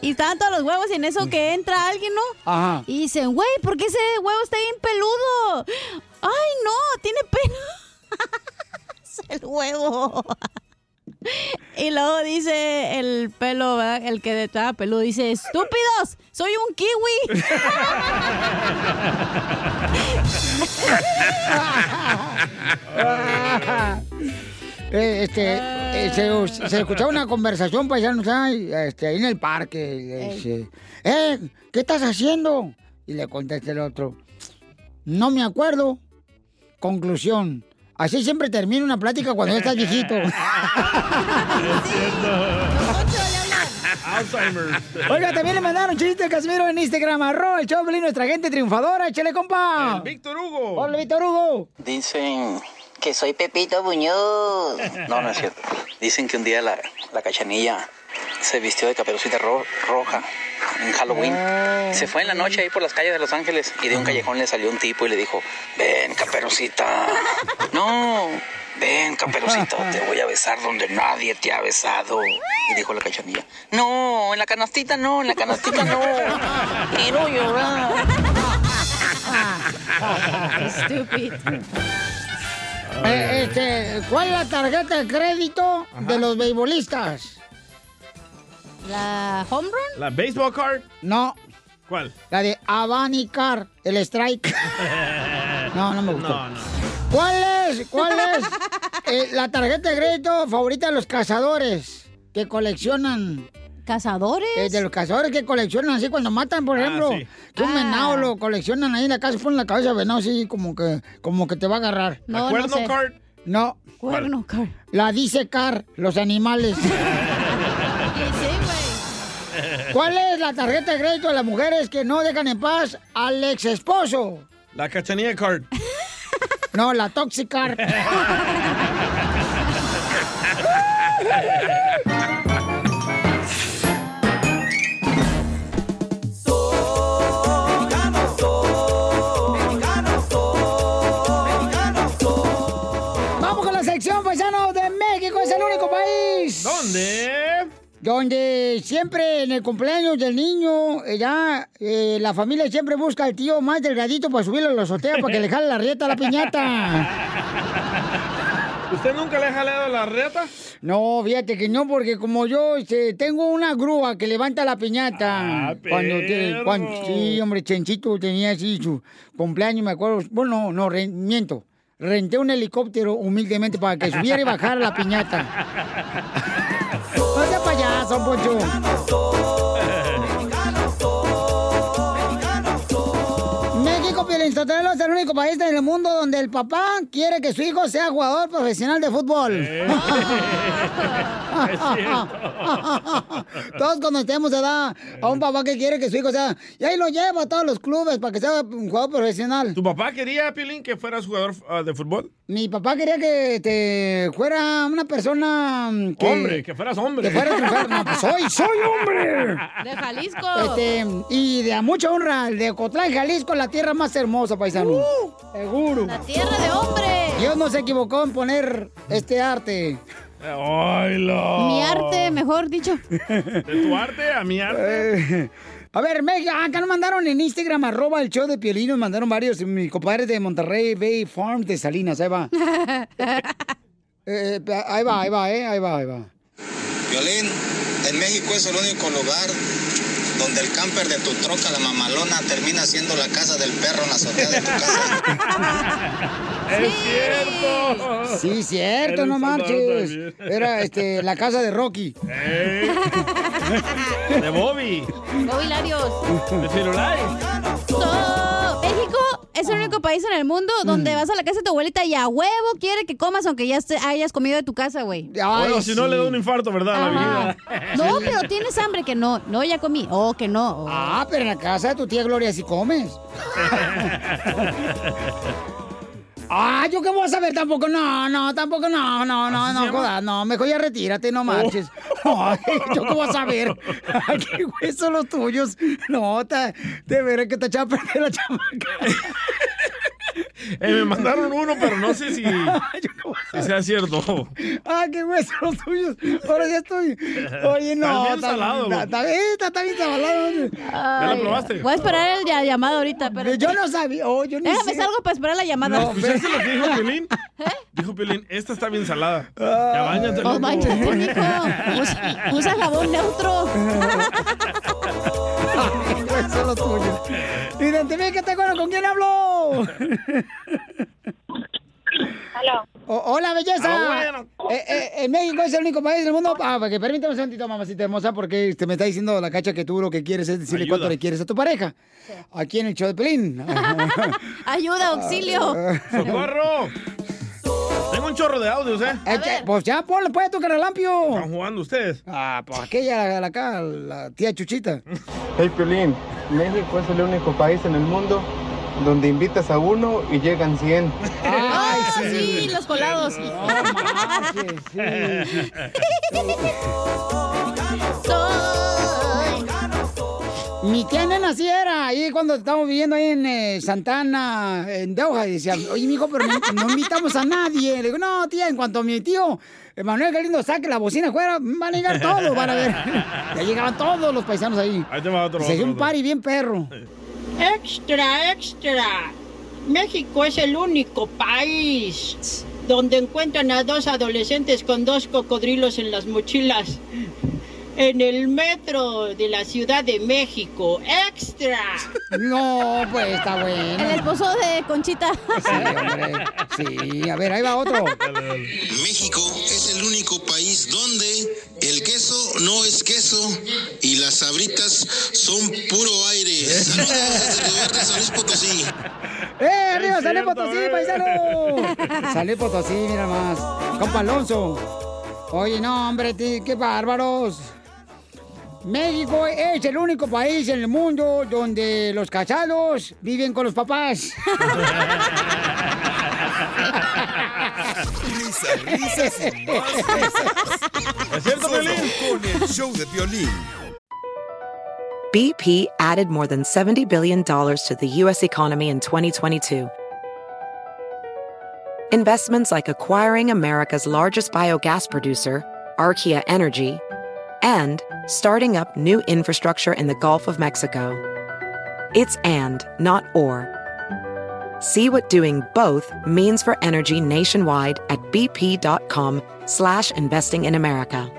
Speaker 8: Y estaban todos los huevos y en eso que entra alguien, ¿no?
Speaker 1: Mm. Ajá.
Speaker 8: Y dicen, güey, ¿por qué ese huevo está bien peludo? Ay, no, tiene pena. es el huevo. y luego dice el pelo, ¿verdad? El que estaba peludo, dice, estúpidos, soy un kiwi.
Speaker 1: Eh, este, eh, se, se escuchaba una conversación paisanos ay, este, ahí en el parque. y le
Speaker 13: Ey.
Speaker 1: dice, "Eh, ¿qué estás haciendo? Y le contesta el otro, no me acuerdo. Conclusión, así siempre termina una plática cuando ya estás viejito.
Speaker 2: Es cierto. Alzheimer's.
Speaker 1: Oiga, también le mandaron chiste Casimiro en Instagram, arroba el Choplin, nuestra gente triunfadora, échale compa.
Speaker 2: Víctor Hugo.
Speaker 1: Hola, Víctor Hugo.
Speaker 17: Dicen que soy Pepito Muñoz. No, no es cierto. Dicen que un día la, la cachanilla se vistió de caperucita ro- roja en Halloween. Se fue en la noche ahí por las calles de Los Ángeles y de un callejón le salió un tipo y le dijo, ven caperucita. No, ven caperucita, te voy a besar donde nadie te ha besado. Y dijo la cachanilla, No, en la canastita no, en la canastita no. quiero llorar.
Speaker 8: Stupid.
Speaker 1: Eh, este, ¿Cuál es la tarjeta de crédito de los beisbolistas?
Speaker 8: ¿La home run?
Speaker 2: ¿La baseball card?
Speaker 1: No.
Speaker 2: ¿Cuál?
Speaker 1: La de Avanicar, el strike. No, no me gustó.
Speaker 2: No, no.
Speaker 1: ¿Cuál es, cuál es eh, la tarjeta de crédito favorita de los cazadores que coleccionan? Eh,
Speaker 8: ¿Cazadores?
Speaker 1: de los cazadores que coleccionan así cuando matan, por ejemplo.
Speaker 8: Ah, sí.
Speaker 1: Que un venado lo coleccionan ahí en la casa, ponen la cabeza de venado así como que, como que te va a agarrar.
Speaker 8: No, ¿La no cuerno sé. card?
Speaker 1: No.
Speaker 8: Cuerno card.
Speaker 1: La dice car, los animales. ¿Cuál es la tarjeta de crédito de las mujeres que no dejan en paz al ex esposo?
Speaker 2: La cachanilla card.
Speaker 1: No, la Toxicar. Vamos con la sección paisano de México, es el único país.
Speaker 2: ¿Dónde?
Speaker 1: Donde siempre en el cumpleaños del niño, eh, ya eh, la familia siempre busca al tío más delgadito para subirlo a la azotea para que le jale la rieta a la piñata.
Speaker 2: ¿Usted nunca le ha jalado la reta?
Speaker 1: No, fíjate que no, porque como yo este, tengo una grúa que levanta la piñata. cuando, te-
Speaker 2: Ah, perro.
Speaker 1: cuando- Sí, hombre, Chenchito tenía así su cumpleaños, me acuerdo. Bueno, no, no, re- miento. Renté un helicóptero humildemente para que subiera y bajara la piñata. No sea payaso, Poncho. México, Pielinsotelo, es el único país en el mundo donde el papá quiere que su hijo sea jugador profesional de fútbol. Todos conocemos edad a un papá que quiere que su hijo sea. Y ahí lo lleva a todos los clubes para que sea un jugador profesional.
Speaker 2: ¿Tu papá quería, Pilín, que fueras jugador ah, de fútbol?
Speaker 1: Mi papá quería que te fuera una persona mm, que.
Speaker 2: Hombre, que fueras hombre.
Speaker 1: Que fueras mujer. No, pues soy, soy hombre.
Speaker 8: De Jalisco.
Speaker 1: Este, y de a mucha honra, el de Ocotlán, Jalisco, la tierra más hermosa, paisano.
Speaker 8: Uh.
Speaker 1: seguro. La
Speaker 8: tierra de hombres.
Speaker 1: Dios no se equivocó en poner este arte.
Speaker 2: ¡Hola!
Speaker 8: Mi arte, mejor dicho.
Speaker 2: ¿De tu arte a mi arte?
Speaker 1: Eh, A ver, me, acá nos mandaron en Instagram, arroba el show de Piolín, nos mandaron varios, mis compadres de Monterrey, Bay Farm de Salinas, ahí va. Eh, eh, ahí va, ahí va, eh, ahí va, ahí va.
Speaker 18: Violín, en México es el único lugar donde el camper de tu troca, la mamalona, termina siendo la casa del perro en la azotea de tu casa.
Speaker 2: ¡Es cierto!
Speaker 1: Sí, cierto,
Speaker 18: Era
Speaker 1: no
Speaker 18: un soldado
Speaker 1: marches.
Speaker 18: también.
Speaker 1: Era este, la casa de Rocky.
Speaker 2: Eh. De Bobby.
Speaker 8: Bobby Larios.
Speaker 2: De Firulais.
Speaker 8: No, México es el único país en el mundo
Speaker 1: Mm.
Speaker 8: donde vas a la casa de tu abuelita y a huevo quiere que comas aunque ya esté- hayas comido de tu casa, güey.
Speaker 2: bueno, si no le da un infarto, ¿verdad? La
Speaker 8: Ajá.
Speaker 2: viejita?
Speaker 8: No, pero tienes hambre que no. No, ya comí. Oh, que no.
Speaker 1: Ah, pero en la casa de tu tía Gloria sí comes. Ah, yo qué voy a saber tampoco. No, no, tampoco, no, no, no,
Speaker 18: ¿Así se
Speaker 1: no,
Speaker 18: llama?
Speaker 1: joda, no, mejor ya retírate,
Speaker 2: Oh.
Speaker 1: no marches. Ay, yo qué voy a saber. Ay, qué güey son los tuyos. No, te, te veré que te echa a perder la chamaca.
Speaker 2: Eh, me mandaron uno, pero no sé si, si sea cierto.
Speaker 1: Ah, qué güey son los tuyos. Ahora ya estoy. Oye, no.
Speaker 2: Estás bien salado, güey.
Speaker 1: Está, está bien, está- está bien salado.
Speaker 2: lo probaste?
Speaker 8: Voy a esperar el ya- llamado ahorita, pero.
Speaker 1: Yo no sabía. Oh, yo ni
Speaker 8: Déjame
Speaker 1: sé.
Speaker 8: salgo para esperar la llamada.
Speaker 2: ¿Escuchaste lo que dijo Pelín? Dijo Pelín, esta está bien salada. Ya bañate.
Speaker 8: ¿Eh? Oh, bañate, mijo. Usa- usa jabón neutro.
Speaker 1: Ay, güey, son los tuyos. Identifícate, bueno, ¿con quién hablo? O- hola, belleza.
Speaker 18: Ah,
Speaker 1: Eh, eh, en México es el único país del mundo. Ah, que permítame un santito, mamacita hermosa, porque te me está diciendo la cacha que tú lo que quieres es decirle
Speaker 18: Ayuda.
Speaker 1: cuánto le quieres a tu pareja. Aquí en el show de Pelín.
Speaker 8: Ayuda, auxilio.
Speaker 2: ¡Socorro! Tengo un chorro de audios, ¿eh?
Speaker 1: Eh, eh, pues ya, ponle, pues, tu caralampio.
Speaker 2: ¿Están jugando ustedes?
Speaker 1: Ah, pues aquella, la, la acá, la tía Chuchita.
Speaker 19: Hey Piolín, México es Pues el único país en el mundo donde invitas a uno y llegan 100.
Speaker 8: Ah, sí, los colados.
Speaker 1: Mi tía nena así era, ahí cuando estábamos viviendo ahí en eh, Santana, en Dauja, y decía, oye, mijo, pero no, no invitamos a nadie. Le digo, no, tía, en cuanto a mi tío eh, Manuel Galindo saque la bocina afuera, van a llegar todos, van a ver. Ya llegaban todos los paisanos ahí.
Speaker 2: Ahí te va otro.
Speaker 1: Se hizo Pues
Speaker 2: otro,
Speaker 1: un
Speaker 2: otro.
Speaker 1: party bien perro.
Speaker 20: Extra, extra. México es el único país donde encuentran a dos adolescentes con dos cocodrilos en las mochilas. En el metro de la Ciudad de México. ¡Extra!
Speaker 1: No, pues está bueno.
Speaker 8: El esposo de Conchita.
Speaker 1: Sí, a ver, ahí va otro.
Speaker 18: México es el único país donde el queso no es queso y las sabritas son puro aire. Saludos desde Duarte, San Luis Potosí.
Speaker 1: ¡Eh, arriba, sale Potosí, paisano! Sale Potosí, mira más. Compa Alonso. Oye, no, hombre, ti- qué bárbaros. México es el único país en el mundo donde los casados viven con los papás.
Speaker 6: Risas, risas y más risas.
Speaker 2: ¿Es cierto,
Speaker 6: Solo
Speaker 2: Piolín?
Speaker 6: Con el show de violín.
Speaker 16: BP added more than $70 billion to the U.S. economy in 2022. Investments like acquiring America's largest biogas producer, Archaea Energy, and starting up new infrastructure in the Gulf of Mexico. It's and, not or. See what doing both means for energy nationwide at bp.com slash investing in America.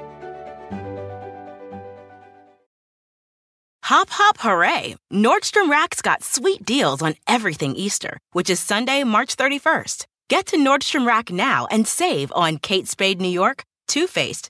Speaker 21: Hop, hop, hooray! Nordstrom Rack's got sweet deals on everything Easter, which is Sunday, March 31st. Get to Nordstrom Rack now and save on Kate Spade New York, Too Faced,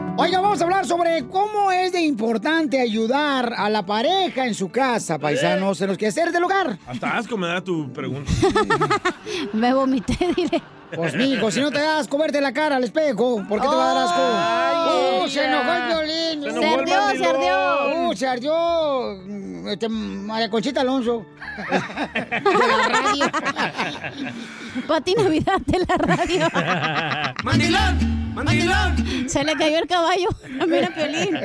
Speaker 1: Oiga, vamos a hablar sobre cómo es de importante ayudar a la pareja en su casa, paisanos, en los quehaceres del hogar.
Speaker 2: Hasta asco me da tu pregunta.
Speaker 1: Me vomité, dile. Pues, mijo, si no te das coberte la cara al espejo, ¿por qué te va a dar asco?
Speaker 13: Ay,
Speaker 1: ¡Uh, se enojó el violín!
Speaker 13: Se enojó Se el ardió, se mandilón. ardió.
Speaker 1: ¡Uh, se ardió! mm, Este, María Conchita Alonso. De la radio.
Speaker 8: Pati Navidad de la radio.
Speaker 1: ¡Mandilón!
Speaker 8: ¡Mandilón! Se le cayó el caballo.
Speaker 1: Ah,
Speaker 8: Mira, Piolín.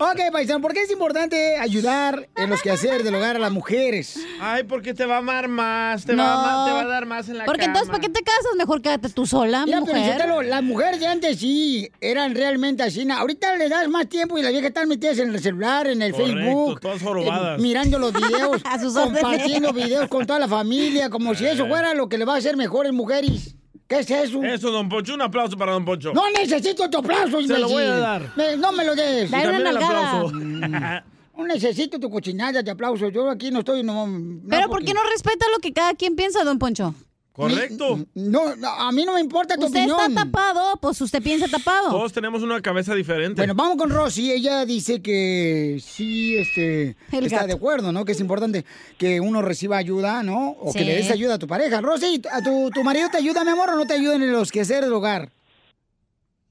Speaker 1: Ok, paisano, ¿por qué es importante ayudar en los quehaceres del hogar a las mujeres?
Speaker 2: Ay, porque te va a amar más, te, va, a
Speaker 1: No.
Speaker 2: amar- te va a dar más en la
Speaker 8: Porque entonces, ¿para qué te casas? Mejor quédate tú sola,
Speaker 1: Mira,
Speaker 8: mujer.
Speaker 1: pero Sotelo, las mujeres de antes sí eran realmente así. na- Ahorita le das más tiempo y las viejas están metidas en el celular, en el
Speaker 2: Correcto,
Speaker 1: Facebook.
Speaker 2: todas jorobadas.
Speaker 1: eh, mirando los videos,
Speaker 2: A sus órdenes.
Speaker 1: compartiendo videos con toda la familia, como si
Speaker 2: Eh.
Speaker 1: eso fuera lo que le va a hacer mejores mujeres. ¿Qué es eso?
Speaker 2: Eso, don Poncho, un aplauso para don Poncho.
Speaker 1: No necesito tu aplauso,
Speaker 2: Se lo voy a
Speaker 1: imbécil.
Speaker 2: dar.
Speaker 1: Me- no me lo des.
Speaker 2: Dale Y una también el nalgada. aplauso.
Speaker 1: Mm, No necesito tu cochinada de aplauso. Yo aquí no estoy... No,
Speaker 8: Pero ¿por qué no respeta lo que cada quien piensa, don Poncho?
Speaker 2: Correcto.
Speaker 1: No, no, a mí no me importa tu
Speaker 8: Usted
Speaker 1: opinión.
Speaker 8: está tapado, pues usted piensa tapado.
Speaker 2: Todos tenemos una cabeza diferente.
Speaker 1: Bueno, vamos con Rosy. Ella dice que sí, este,
Speaker 2: El
Speaker 1: está
Speaker 2: gato.
Speaker 1: de acuerdo, ¿no? Que es importante que uno reciba ayuda, ¿no? O que
Speaker 2: Sí.
Speaker 1: le des ayuda a tu pareja. Rosy, ¿a tu, tu marido te ayuda, mi amor, o no te ayuda en los quehaceres del hogar?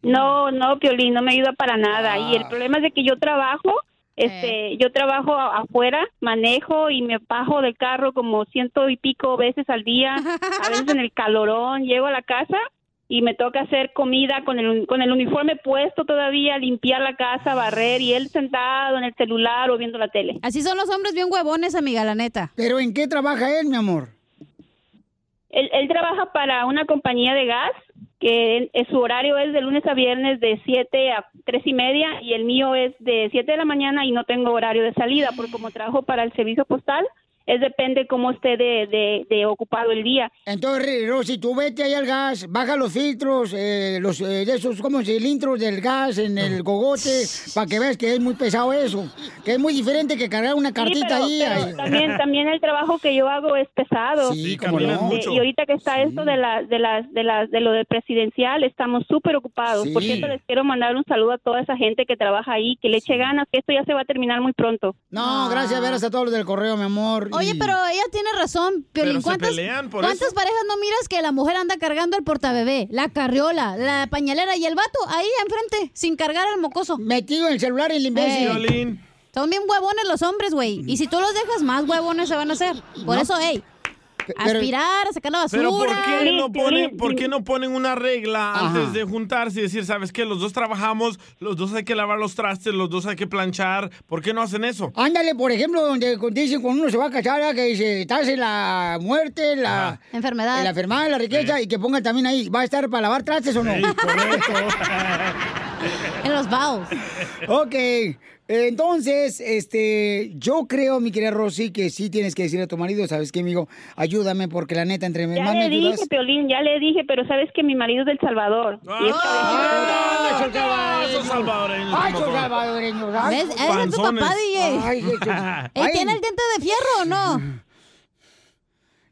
Speaker 22: No, no, Piolín, no me ayuda para nada. Y
Speaker 8: Ah.
Speaker 22: el problema es de que yo trabajo, este, yo trabajo a- afuera, manejo y me bajo del carro como ciento y pico veces al día, a veces en el calorón, llego a la casa y me toca hacer comida con el, un- con el uniforme puesto todavía, limpiar la casa, barrer y él sentado en el celular o viendo la tele.
Speaker 8: Así son los hombres bien huevones, amiga, la neta.
Speaker 1: ¿Pero en qué trabaja él, mi amor?
Speaker 22: Él, él trabaja para una compañía de gas que él- eh, su horario es de lunes a viernes de 7 a 3 y media y el mío es de 7 de la mañana y no tengo horario de salida porque como trabajo para el servicio postal, es depende cómo esté de, de- de ocupado el día.
Speaker 1: Entonces, Rosy, tú vete ahí al gas, baja los filtros, eh, los, eh, de esos, como cilindros del gas en el gogote, para que veas que es muy pesado eso. Que es muy diferente que cargar una
Speaker 22: Sí, pero-
Speaker 1: cartita ahí.
Speaker 22: pero
Speaker 1: ay.
Speaker 22: también, también el trabajo que yo hago es pesado.
Speaker 1: Sí, cómo caminas no. mucho.
Speaker 22: Y ahorita que está esto de, la- de, las, de, las, de lo del presidencial, estamos súper ocupados.
Speaker 1: Sí.
Speaker 22: Por cierto, les quiero mandar un saludo a toda esa gente que trabaja ahí, que le eche ganas, que esto ya se va a terminar muy pronto.
Speaker 1: No, gracias, verás a todos los del correo, mi amor.
Speaker 8: Oye,
Speaker 1: y-
Speaker 8: pero ella tiene razón,
Speaker 1: Pero
Speaker 8: Piolín.
Speaker 1: se
Speaker 8: ¿Cuántas,
Speaker 1: pelean por
Speaker 8: cuántas
Speaker 1: eso?
Speaker 8: parejas no miras que la mujer anda cargando el portabebé, la carriola, la pañalera y el vato ahí enfrente, sin cargar al mocoso?
Speaker 1: Metido en el celular el
Speaker 2: imbécil. Piolín.
Speaker 8: Son bien huevones los hombres, güey. Y si tú los dejas, más huevones se van a hacer. Por
Speaker 1: No.
Speaker 8: eso, hey, aspirar, a sacar la basura.
Speaker 2: Pero ¿por qué, no ponen, por qué no ponen una regla
Speaker 8: Ajá.
Speaker 2: antes de juntarse y decir, sabes qué, los dos trabajamos, los dos hay que lavar los trastes, los dos hay que planchar? ¿Por qué no hacen eso?
Speaker 1: Ándale, por ejemplo, donde dicen cuando uno se va a casar, ah, que dice, estás en la muerte, en la
Speaker 8: enfermedad,
Speaker 1: en la, enfermedad, en la riqueza, y que pongan también ahí, ¿va a estar para lavar trastes o no?
Speaker 8: en los baos.
Speaker 1: Ok, entonces, este, yo creo, mi querida Rosy, que sí tienes que decirle a tu marido, ¿sabes qué, amigo? Ayúdame, porque la neta, entre
Speaker 22: Ya
Speaker 1: más
Speaker 22: le
Speaker 1: me
Speaker 22: dije,
Speaker 1: ayudas...
Speaker 22: Piolín, ya le dije, pero sabes que mi marido es del Salvador. Y esta
Speaker 2: ¡Ah, son salvadoreños, son salvadoreños,
Speaker 1: ¡Ay,
Speaker 2: como
Speaker 1: son
Speaker 2: son!
Speaker 1: salvadoreños! ay.
Speaker 8: ¿Ves? Ese es tu papá, DJ.
Speaker 1: Ay, qué chus-
Speaker 8: Él
Speaker 1: Ay.
Speaker 8: tiene el diente de fierro, o ¿no?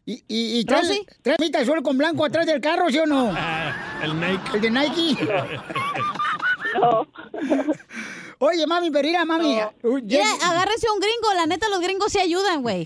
Speaker 1: ¿Y, y, y traes,
Speaker 8: ¿Rosy?
Speaker 1: traes mitad de sol con blanco atrás del carro, sí o no?
Speaker 2: El Nike.
Speaker 1: ¿El de Nike? Oye, mami, pero mira, mami. uh, ya-
Speaker 8: Mira, agárrese a un gringo. La neta, los gringos sí ayudan, güey.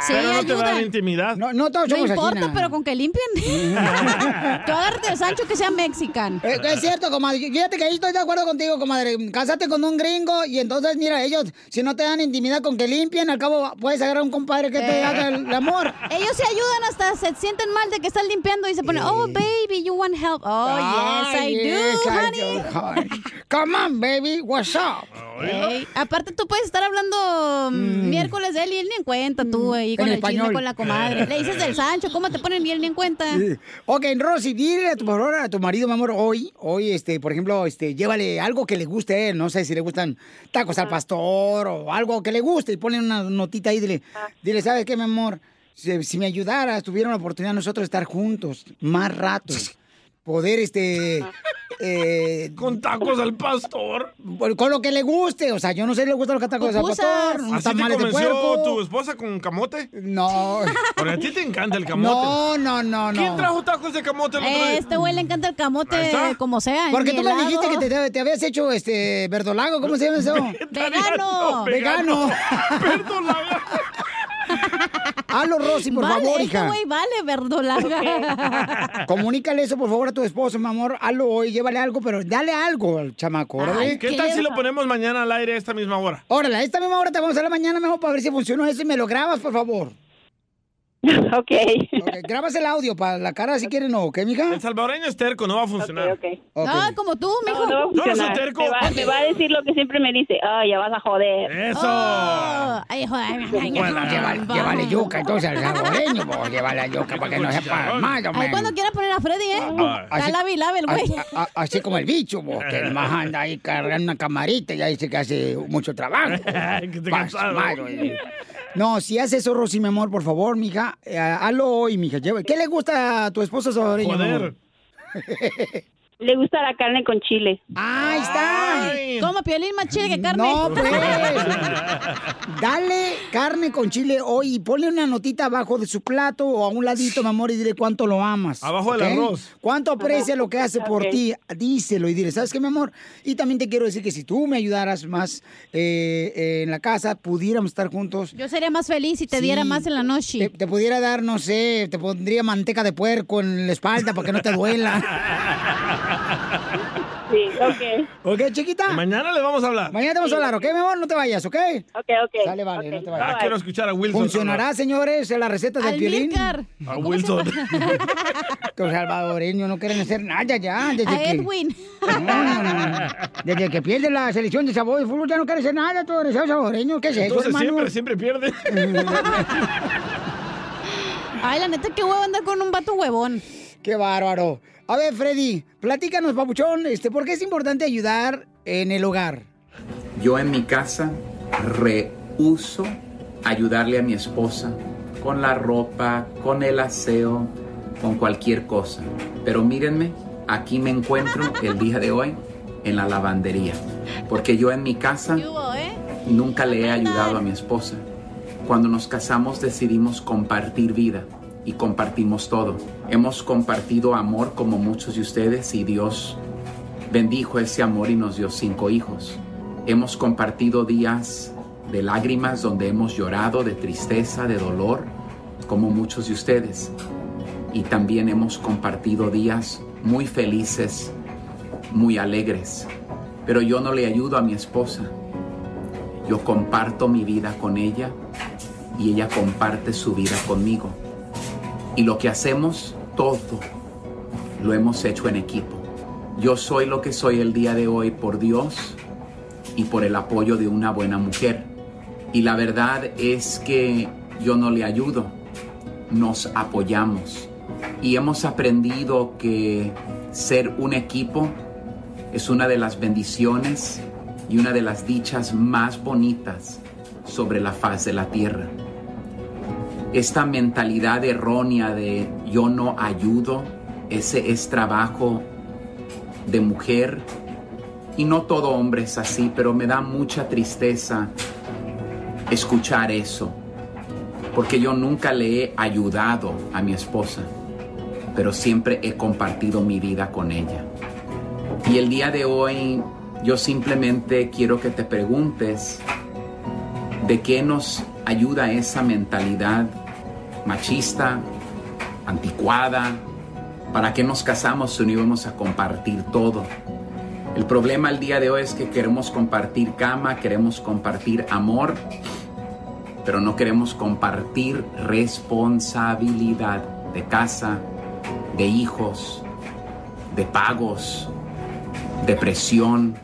Speaker 8: Sí,
Speaker 2: Pero no te va a dar
Speaker 8: ayudan.
Speaker 2: intimidad.
Speaker 1: Ah, No, no todos
Speaker 8: No
Speaker 1: somos
Speaker 8: importa,
Speaker 1: así, na.
Speaker 8: pero con que limpien. Tú agárrate a Sancho que sea mexicano.
Speaker 1: Eh, Es cierto, comadre. Fíjate que ahí estoy de acuerdo contigo, comadre. Cásate con un gringo y entonces, mira, ellos, si no te dan intimidad con que limpien, al cabo puedes agarrar a un compadre que te
Speaker 8: Eh.
Speaker 1: haga el amor.
Speaker 8: Ellos se ayudan hasta se sienten mal de que están limpiando y se ponen, oh, baby, you want help. Oh, yes, I do, honey.
Speaker 1: honey. Come on, baby, what's up?
Speaker 8: Ey, aparte tú puedes estar hablando mm, miércoles de él y él ni en cuenta tú ahí con
Speaker 1: Mm. En
Speaker 8: el
Speaker 1: español.
Speaker 8: chisme con la comadre. Le dices del Sancho, ¿cómo te ponen y él ni en cuenta?
Speaker 1: Sí. Ok, Rosy, dile a tu, por favor a tu marido, mi amor, hoy, hoy, este, por ejemplo, este, llévale algo que le guste a él, no sé si le gustan tacos al pastor o algo que le guste, y ponle una notita ahí, dile, dile, ¿sabes qué, mi amor? Si, si me ayudaras, tuviera la oportunidad nosotros de estar juntos más rato, poder, este... eh,
Speaker 2: con tacos al pastor.
Speaker 1: Con lo que le guste, o sea, yo no sé si le gustan los tacos al pastor, unos
Speaker 2: ¿Así te
Speaker 1: tamales de
Speaker 2: convenció
Speaker 1: puerco.
Speaker 2: tu esposa con camote?
Speaker 1: No.
Speaker 2: Pero a ti te encanta el camote.
Speaker 1: No, no, no, no.
Speaker 2: ¿Quién trajo tacos de camote el otro día?
Speaker 8: Este güey le encanta el
Speaker 2: Ahí
Speaker 8: camote
Speaker 2: está.
Speaker 8: como sea.
Speaker 1: Porque
Speaker 8: ni
Speaker 1: tú me
Speaker 8: helado.
Speaker 1: dijiste que te, te habías hecho este verdolago, ¿cómo se llama eso?
Speaker 8: Vegano.
Speaker 1: Vegano. Halo, Rosy, por
Speaker 8: Vale,
Speaker 1: favor,
Speaker 8: este
Speaker 1: hija.
Speaker 8: güey vale, verdolaga.
Speaker 1: Comunícale eso, por favor, a tu esposo, mi amor. Halo hoy, llévale algo, pero dale algo al chamaco, órale.
Speaker 2: ¿Qué tal si lo ponemos mañana al aire a esta misma hora?
Speaker 1: Órale, a esta misma hora te vamos a la mañana, mejor, para ver si funcionó eso y me lo grabas, por favor.
Speaker 22: Ok.
Speaker 1: grabas el audio para la cara si quieren, ¿no? ¿Ok, mija?
Speaker 2: El salvadoreño es terco, no va a funcionar.
Speaker 1: Ok.
Speaker 8: No, Ah, como tú, mijo.
Speaker 22: No, no va a funcionar. Me, va, me va a decir lo que siempre me dice. Ay, ya vas a joder.
Speaker 2: Eso.
Speaker 8: Ay, joder.
Speaker 1: Bueno, llévale, llévale yuca entonces al salvadoreño, pues, llévale la yuca para que no sepa mal, hombre.
Speaker 8: Ay, cuando quiera poner a Freddy,
Speaker 2: Ah,
Speaker 8: ¿eh? Está lave y lave el güey.
Speaker 1: a- a- así como el bicho, vos, que nomás anda ahí cargando una camarita y ya dice que hace mucho trabajo.
Speaker 2: Que te
Speaker 1: Más
Speaker 2: cansado.
Speaker 1: malo, eh. No, si haces eso, Rosy, mi amor, por favor, mija, eh, hazlo hoy, mija. lleva- ¿Qué le gusta a tu esposo salvadoreño? mi amor?
Speaker 22: Le gusta la carne con chile.
Speaker 1: ¡Ahí está!
Speaker 8: Como piolín más chile que carne.
Speaker 1: No, pues. Dale carne con chile hoy y ponle una notita abajo de su plato o a un ladito, mi amor, y dile cuánto lo amas.
Speaker 2: Abajo del
Speaker 1: ¿ok?
Speaker 2: arroz.
Speaker 1: Cuánto aprecia lo que hace por
Speaker 2: Ok.
Speaker 1: ti. Díselo y dile, ¿sabes qué, mi amor? Y también te quiero decir que si tú me ayudaras más eh, eh, en la casa, pudiéramos estar juntos.
Speaker 8: Yo sería más feliz si te
Speaker 1: Sí.
Speaker 8: diera más en la noche.
Speaker 1: Te, te pudiera dar, no sé, te pondría manteca de puerco en la espalda para que no te duela.
Speaker 22: Sí, ok.
Speaker 1: ¿Ok, chiquita?
Speaker 2: Mañana le vamos a hablar.
Speaker 1: Mañana te vamos a hablar, ¿ok, mi amor? No te vayas, ¿ok?
Speaker 22: Ok, ok.
Speaker 1: Dale, vale, no te vayas.
Speaker 2: Ah, quiero escuchar a Wilson.
Speaker 1: ¿Funcionará, señores, la receta del
Speaker 2: Al
Speaker 1: violín?
Speaker 2: Milcar. A Wilson.
Speaker 1: Que Los salvadoreños no quieren hacer nada ya. Desde
Speaker 8: A
Speaker 1: que,
Speaker 8: Edwin.
Speaker 1: Desde que pierde la selección de sabor de fútbol ya no quieren hacer nada, todos los salvadoreños. ¿Qué es eso,
Speaker 2: Entonces
Speaker 1: hermano?
Speaker 2: siempre, siempre pierde.
Speaker 8: Ay, la neta, qué huevo andar con un vato huevón.
Speaker 1: Qué bárbaro. A ver, Freddy, platícanos, papuchón, este, ¿por qué es importante ayudar en el hogar?
Speaker 23: Yo en mi casa rehuso ayudarle a mi esposa con la ropa, con el aseo, con cualquier cosa. Pero mírenme, aquí me encuentro el día de hoy en la lavandería. Porque yo en mi casa
Speaker 8: eh?
Speaker 23: nunca le he ayudado a mi esposa. Cuando nos casamos decidimos compartir vida y compartimos todo. Hemos compartido amor como muchos de ustedes y Dios bendijo ese amor y nos dio cinco hijos. Hemos compartido días de lágrimas donde hemos llorado, de tristeza, de dolor, como muchos de ustedes. Y también hemos compartido días muy felices, muy alegres. Pero yo no le ayudo a mi esposa. Yo comparto mi vida con ella y ella comparte su vida conmigo. Y lo que hacemos, todo lo hemos hecho en equipo. Yo soy lo que soy el día de hoy por Dios y por el apoyo de una buena mujer. Y la verdad es que yo no le ayudo, nos apoyamos. Y hemos aprendido que ser un equipo es una de las bendiciones y una de las dichas más bonitas sobre la faz de la tierra. Esta mentalidad errónea de yo no ayudo, ese es trabajo de mujer. Y no todo hombre es así, pero me da mucha tristeza escuchar eso, porque yo nunca le he ayudado a mi esposa, pero siempre he compartido mi vida con ella. Y el día de hoy yo simplemente quiero que te preguntes de qué nos ayuda esa mentalidad machista, anticuada, para qué nos casamos si no íbamos a compartir todo. El problema el día de hoy es que queremos compartir cama, queremos compartir amor, pero no queremos compartir responsabilidad de casa, de hijos, de pagos, depresión,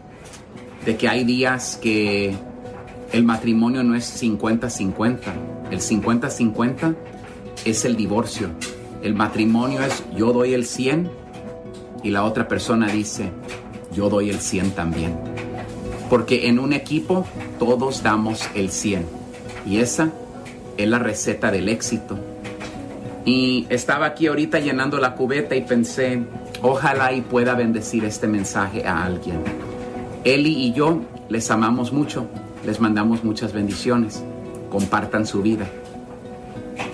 Speaker 23: de que hay días que el matrimonio no es 50-50. El 50-50 es el divorcio. El matrimonio es yo doy el 100 y la otra persona dice yo doy el 100 también. Porque en un equipo todos damos el 100. Y esa es la receta del éxito. Y estaba aquí ahorita llenando la cubeta y pensé, ojalá y pueda bendecir este mensaje a alguien. Eli y yo les amamos mucho, les mandamos muchas bendiciones. Compartan su vida.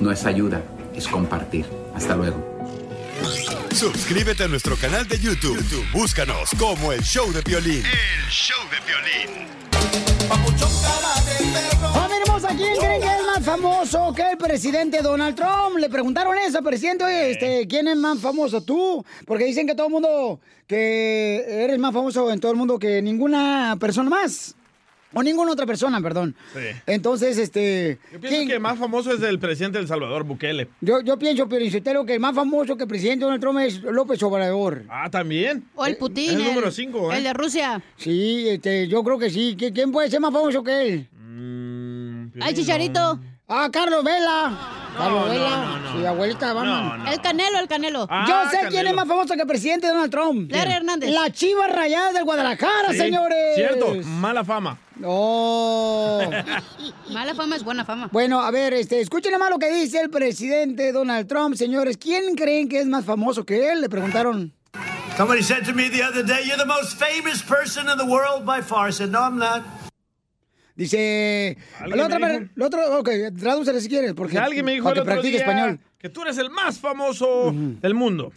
Speaker 23: No es ayuda, es compartir. Hasta luego.
Speaker 6: Suscríbete a nuestro canal de YouTube. YouTube, Búscanos como el show de violín.
Speaker 13: show de violín.
Speaker 1: ¡Familia hermosa! ¿Quién creen que es más famoso que el presidente Donald Trump? Le preguntaron eso al presidente, oye, este, ¿quién es más famoso? ¿Tú? Porque dicen que todo el mundo, que eres más famoso en todo el mundo que ninguna persona más. O ninguna otra persona, perdón.
Speaker 2: Sí.
Speaker 1: Entonces, este...
Speaker 2: Yo pienso que el más famoso es el presidente del Salvador, Bukele.
Speaker 1: Yo, yo pienso, pero que el más famoso que el presidente Donald Trump es López Obrador.
Speaker 2: Ah, también.
Speaker 8: O el Putin.
Speaker 2: El número 5, ¿eh?
Speaker 8: El de Rusia.
Speaker 1: Sí, este, yo creo que sí. ¿Qui- ¿Quién puede ser más famoso que él?
Speaker 8: Ay, Chicharito.
Speaker 1: Ah, Carlos Vela. Carlos
Speaker 8: no,
Speaker 1: Vela.
Speaker 8: no, no.
Speaker 1: Sí, abuelita, vamos.
Speaker 8: El Canelo, el Canelo.
Speaker 1: Yo sé quién es más famoso que el presidente Donald Trump.
Speaker 8: Larry Hernández.
Speaker 1: La chiva rayada del Guadalajara,
Speaker 2: Sí,
Speaker 1: señores.
Speaker 2: Cierto, mala fama.
Speaker 1: No.
Speaker 8: Mala fama es buena fama.
Speaker 1: Bueno, a ver, este, escuchen nomás lo que dice el presidente Donald Trump, señores. ¿Quién creen que es más famoso que él? Le preguntaron.
Speaker 24: Somebody said to me the other day, You're the most famous person in the world by far. I said, No, I'm not.
Speaker 1: Dice.
Speaker 24: Alguien
Speaker 1: La otra,
Speaker 24: me
Speaker 1: per-
Speaker 24: dijo.
Speaker 1: la otra, ok, tradúcele si quieres, porque
Speaker 2: Alguien me dijo
Speaker 1: para
Speaker 2: el
Speaker 1: que
Speaker 2: otro
Speaker 1: practique
Speaker 2: día
Speaker 1: español.
Speaker 2: que tú eres el más famoso del mundo.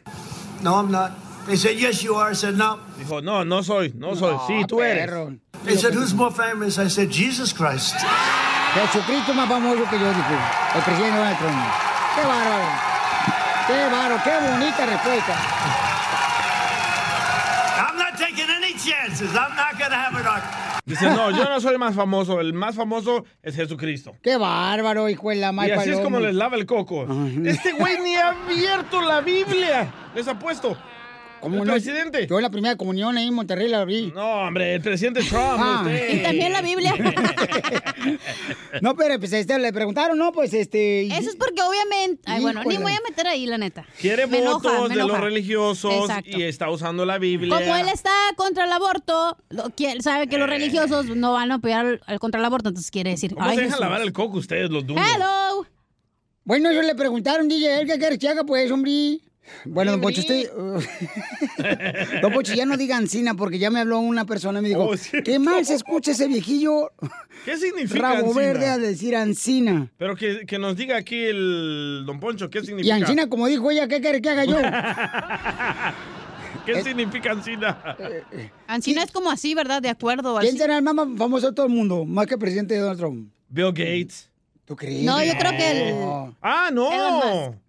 Speaker 24: No, I'm not. They said, Yes, you are. I said, No.
Speaker 2: Dijo, no, no soy, no soy. Sí, tú eres.
Speaker 24: They said, Who's more famous? I said, Jesus Christ.
Speaker 1: Jesucristo más famoso que yo, dijo el presidente Donald Trump. Qué bárbaro. Qué bárbaro, qué bonita respuesta.
Speaker 24: I'm not taking any chances. I'm not going to have it on.
Speaker 2: Dice, no, yo no soy más famoso. El más famoso es Jesucristo.
Speaker 1: Qué bárbaro, hijo de la
Speaker 2: Y
Speaker 1: madre.
Speaker 2: así es
Speaker 1: paloma.
Speaker 2: como les lava el coco. Este güey ni ha abierto la Biblia. Les apuesto.
Speaker 1: ¿Cómo
Speaker 2: el
Speaker 1: no?
Speaker 2: presidente.
Speaker 1: Yo en la primera comunión ahí en Monterrey la abrí.
Speaker 2: No, hombre, el presidente Trump.
Speaker 1: Ah.
Speaker 2: usted.
Speaker 1: Y también
Speaker 8: La Biblia.
Speaker 1: No, pero pues este, le preguntaron, no, pues este. y-
Speaker 8: Eso es porque obviamente... Ay, bueno, ni
Speaker 1: Híjole.
Speaker 8: me voy a meter ahí, la neta.
Speaker 2: Quiere
Speaker 8: Me enoja, me
Speaker 2: votos de los
Speaker 8: enoja.
Speaker 2: religiosos
Speaker 8: Exacto.
Speaker 2: y está usando la Biblia. Eh.
Speaker 8: Como él está contra el aborto, lo- quien- sabe que los religiosos no van a apoyar al, al contra el aborto, entonces quiere decir...
Speaker 2: ¿Cómo
Speaker 8: ay,
Speaker 2: se dejan
Speaker 8: Jesús.
Speaker 2: lavar el coco ustedes, los duros?
Speaker 8: Hello.
Speaker 1: Bueno, ellos le preguntaron, DJ, ¿él qué quieres que haga? Pues, hombre. Bueno, don Poncho, usted. don Poncho, ya no digan Sina, porque ya me habló una persona y me dijo, ¿qué mal se escucha ese viejillo
Speaker 2: Oh, ¿Qué significa
Speaker 1: rabo
Speaker 2: encina?
Speaker 1: verde a decir Ancina?
Speaker 2: Pero que, que nos diga aquí el don Poncho, ¿qué
Speaker 1: Y
Speaker 2: significa?
Speaker 1: Ancina, como dijo ella, ¿qué quiere que haga yo?
Speaker 2: ¿Qué significa Ancina?
Speaker 1: Eh,
Speaker 8: Ancina Ah, es como así, ¿verdad? De acuerdo.
Speaker 2: Pues
Speaker 1: ¿Quién
Speaker 8: así.
Speaker 1: será el más famoso de todo el mundo? Más que el presidente Donald Trump.
Speaker 2: Bill Gates.
Speaker 1: ¿Tú crees?
Speaker 8: No, yo creo que el-
Speaker 2: Ah,
Speaker 8: Elon
Speaker 2: no.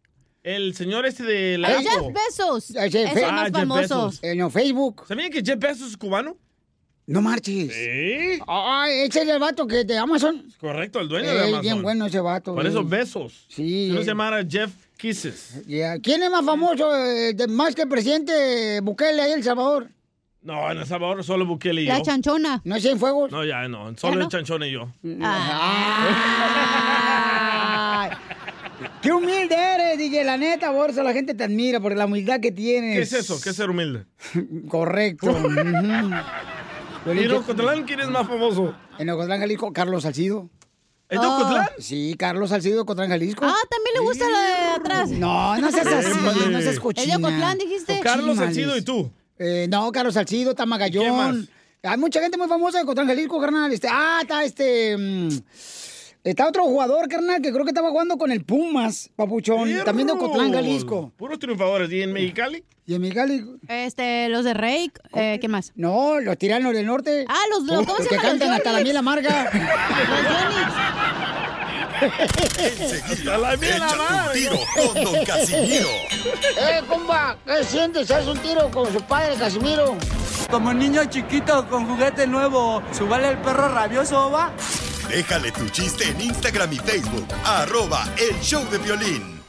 Speaker 2: El señor este de la.
Speaker 8: El Jeff Bezos. Es
Speaker 2: Jeff
Speaker 8: el
Speaker 2: Be- Ah,
Speaker 8: más
Speaker 2: Jeff
Speaker 8: famoso.
Speaker 2: Bezos.
Speaker 1: En Facebook.
Speaker 2: ¿Sabían que Jeff Bezos es cubano?
Speaker 1: No marches.
Speaker 2: Sí.
Speaker 1: Ay, ese es el vato que de Amazon.
Speaker 2: Correcto, el dueño de
Speaker 1: Ey,
Speaker 2: Amazon.
Speaker 1: bien bueno ese vato.
Speaker 2: Por
Speaker 1: ey.
Speaker 2: eso Bezos.
Speaker 1: Sí.
Speaker 2: Si no se llamara Jeff Kisses.
Speaker 1: Yeah. ¿Quién es más famoso, eh, de- más que el presidente Bukele ahí en El Salvador?
Speaker 2: No, en El Salvador solo Bukele y yo.
Speaker 1: chanchona. ¿No es Cienfuegos?
Speaker 2: No, ya no. Solo
Speaker 1: ¿Ya no?
Speaker 2: el chanchón y yo.
Speaker 8: Ah.
Speaker 1: Ah. Ay, ¡Qué humilde eres, DJ! La neta, Borsa, la gente te admira por la humildad que tienes.
Speaker 2: ¿Qué es eso? ¿Qué es ser humilde?
Speaker 1: Correcto. Ujú.
Speaker 2: ¿Y en Ocotlán quién es más famoso?
Speaker 1: En Ocotlán, Jalisco, Carlos Salcido.
Speaker 2: ¿Es de Ocotlán?
Speaker 1: Sí, Carlos Salcido, Ocotlán, Jalisco.
Speaker 8: Ah, también le gusta la de atrás.
Speaker 1: No, no seas así,
Speaker 8: Épale.
Speaker 1: no seas cochina.
Speaker 8: Es de Ocotlán, dijiste.
Speaker 2: tú?
Speaker 1: Este, Eh, no, Carlos Salcido, Tama Gallón. Hay mucha gente muy famosa de Cotlán Jalisco, carnal. Este, ah, está este... mm, Está otro jugador, carnal, que creo que estaba jugando con el Pumas, papuchón. También de Ocotlán, Jalisco.
Speaker 2: Puros triunfadores. ¿Y en Mexicali?
Speaker 1: ¿Y en Mexicali?
Speaker 8: Este, los de Rey, eh, ¿qué más?
Speaker 1: No, los tiranos del norte.
Speaker 8: Ah, los, los ¿cómo se
Speaker 1: que
Speaker 8: llaman? Los
Speaker 1: cantan hasta la
Speaker 8: Yonix.
Speaker 1: miel amarga.
Speaker 6: Enseguida, échate un tiro con Don Casimiro.
Speaker 1: ¡Eh, comba! ¿Qué sientes? ¿Haz un tiro con su padre, Casimiro?
Speaker 7: Como niño chiquito con juguete nuevo, subale el perro rabioso, va.
Speaker 6: Déjale tu chiste en Instagram y Facebook. Arroba El Show de Violín.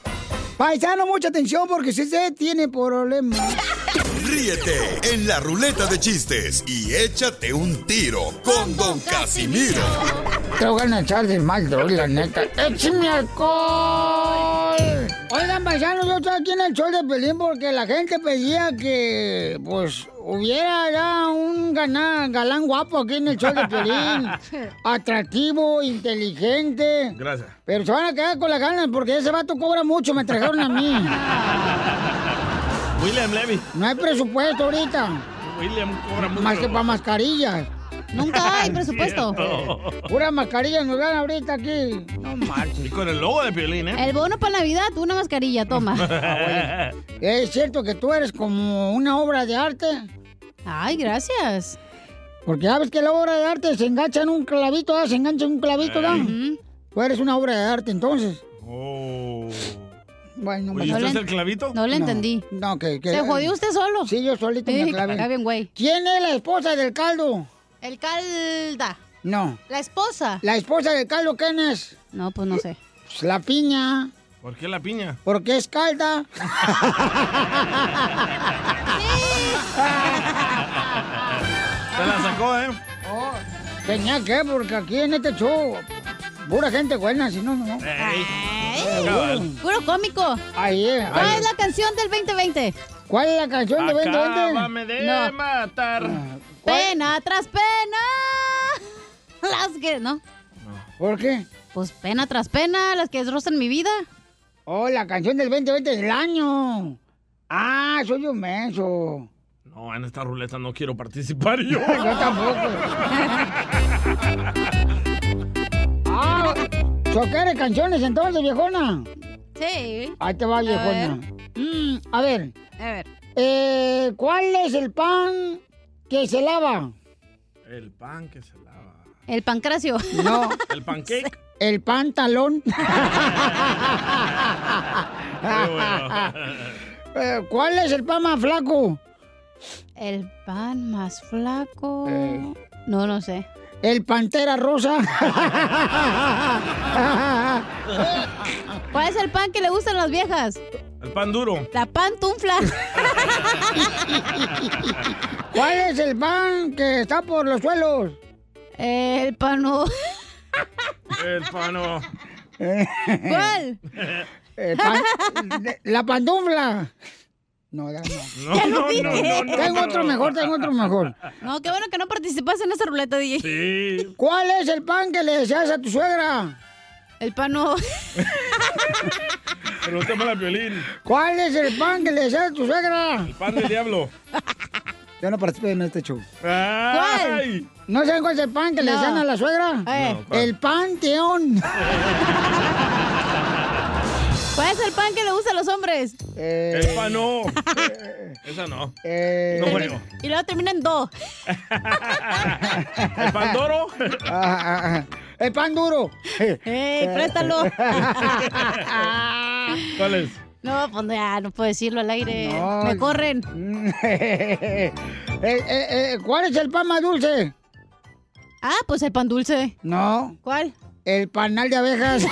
Speaker 1: Paisano, mucha atención porque si usted tiene problemas.
Speaker 6: Ríete en la ruleta de chistes y échate un tiro con Don Casimiro.
Speaker 1: Tengo ganas de echar de mal, doy, la neta. ¡Écheme alcohol! Oigan, paisanos, yo estoy aquí en el show de Pelín porque la gente pedía que, pues, hubiera ya un gana- galán guapo aquí en el show de Pelín. Atractivo, inteligente.
Speaker 2: Gracias.
Speaker 1: Pero se van a quedar con las ganas porque ese vato cobra mucho, me trajeron a mí.
Speaker 2: William Levy.
Speaker 1: No hay presupuesto ahorita.
Speaker 2: William cobra mucho.
Speaker 1: Más que para mascarillas. Nunca hay presupuesto.
Speaker 2: Cierto.
Speaker 1: Pura mascarilla nos dan ahorita aquí. No
Speaker 2: Y con el logo de Piolín, ¿eh?
Speaker 8: El bono para Navidad, una mascarilla, toma.
Speaker 1: Ah, ¿Es cierto que tú eres como una obra de arte?
Speaker 8: Ay, gracias.
Speaker 1: Porque sabes que la obra de arte se engancha en un clavito, ¿ah? se engancha en un clavito, ¿da? Tú eres una obra de arte, entonces.
Speaker 2: Oh.
Speaker 1: Bueno,
Speaker 2: Oye, ¿usted es el clavito?
Speaker 1: No, que... que
Speaker 8: ¿Se jodió usted solo?
Speaker 1: Sí, yo solito me
Speaker 8: Sí,
Speaker 1: clavé.
Speaker 8: está bien, güey.
Speaker 1: ¿Quién es la esposa del caldo?
Speaker 8: El calda.
Speaker 1: No.
Speaker 8: La esposa.
Speaker 1: ¿La esposa del caldo quién es?
Speaker 8: No, pues no sé.
Speaker 1: Pues la piña,
Speaker 2: ¿Por qué la piña?
Speaker 1: porque es calda.
Speaker 2: Se la sacó, ¿eh?
Speaker 1: Oh, Tenía que, porque aquí en este show, pura gente buena, si no, no.
Speaker 2: Eh,
Speaker 8: Ey,
Speaker 1: Cabal.
Speaker 8: Puro cómico.
Speaker 1: Ahí es.
Speaker 8: ¿Cuál
Speaker 1: ahí
Speaker 8: es la canción del 2020?
Speaker 1: ¿Cuál es la canción del 2020?
Speaker 2: Acábame de matar.
Speaker 8: Pena tras pena. Las que, ¿no?
Speaker 1: ¿Por qué?
Speaker 8: Pues pena tras pena, las que rozan mi vida.
Speaker 1: Oh, la canción del 2020 del año. Ah, soy un menso.
Speaker 2: No, en esta ruleta no quiero participar yo.
Speaker 1: Yo tampoco. ah, ¿soqueres canciones entonces, viejona?
Speaker 8: Sí.
Speaker 1: Ahí te va, viejona. Mm, A ver,
Speaker 8: A ver.
Speaker 1: eh, ¿cuál es el pan que se lava?
Speaker 2: El pan que se lava.
Speaker 8: El pancracio.
Speaker 1: No.
Speaker 2: El pancake.
Speaker 1: El pantalón.
Speaker 2: Muy bueno.
Speaker 1: Eh, ¿Cuál es el pan más flaco?
Speaker 8: El pan más flaco. No, no sé.
Speaker 1: Eh. El pantera rosa.
Speaker 8: ¿Cuál es el pan que le gustan las viejas?
Speaker 2: El pan duro.
Speaker 8: La pan tunfla.
Speaker 1: ¿Cuál es el pan que está por los suelos?
Speaker 8: El pano.
Speaker 2: El pano.
Speaker 1: ¿Cuál? la pandufla. No, ya no.
Speaker 8: Ya no no, no, dije. no, no.
Speaker 1: Tengo otro mejor, tengo otro mejor.
Speaker 8: No, qué bueno que no participas en esa ruleta, DJ.
Speaker 2: Sí.
Speaker 1: ¿Cuál es el pan que le deseas a tu suegra?
Speaker 8: El pano.
Speaker 2: Pregúntame la violín.
Speaker 1: ¿Cuál es el pan que le deseas a tu suegra?
Speaker 2: Pan del diablo.
Speaker 1: Yo no participé en este show.
Speaker 2: Ay.
Speaker 1: ¿No saben cuál es el pan que le
Speaker 2: No.
Speaker 1: desean a la suegra?
Speaker 2: Eh. No, ¿cuál?
Speaker 1: el panteón.
Speaker 8: ¿Cuál es el pan que le gustan los hombres?
Speaker 1: Eh.
Speaker 2: El pano. Esa no. No juego.
Speaker 8: Y luego termina en do.
Speaker 2: El pan doro.
Speaker 1: Ah, ah, ah. el pan duro.
Speaker 8: ¡Ey, Eh, préstalo!
Speaker 2: ¿Cuál es?
Speaker 8: No, pues ya, no puedo decirlo al aire. Me corren.
Speaker 1: Eh, eh, eh, ¿Cuál es el pan más dulce?
Speaker 8: Ah, pues el pan dulce.
Speaker 1: No.
Speaker 8: ¿Cuál?
Speaker 1: El panal de abejas.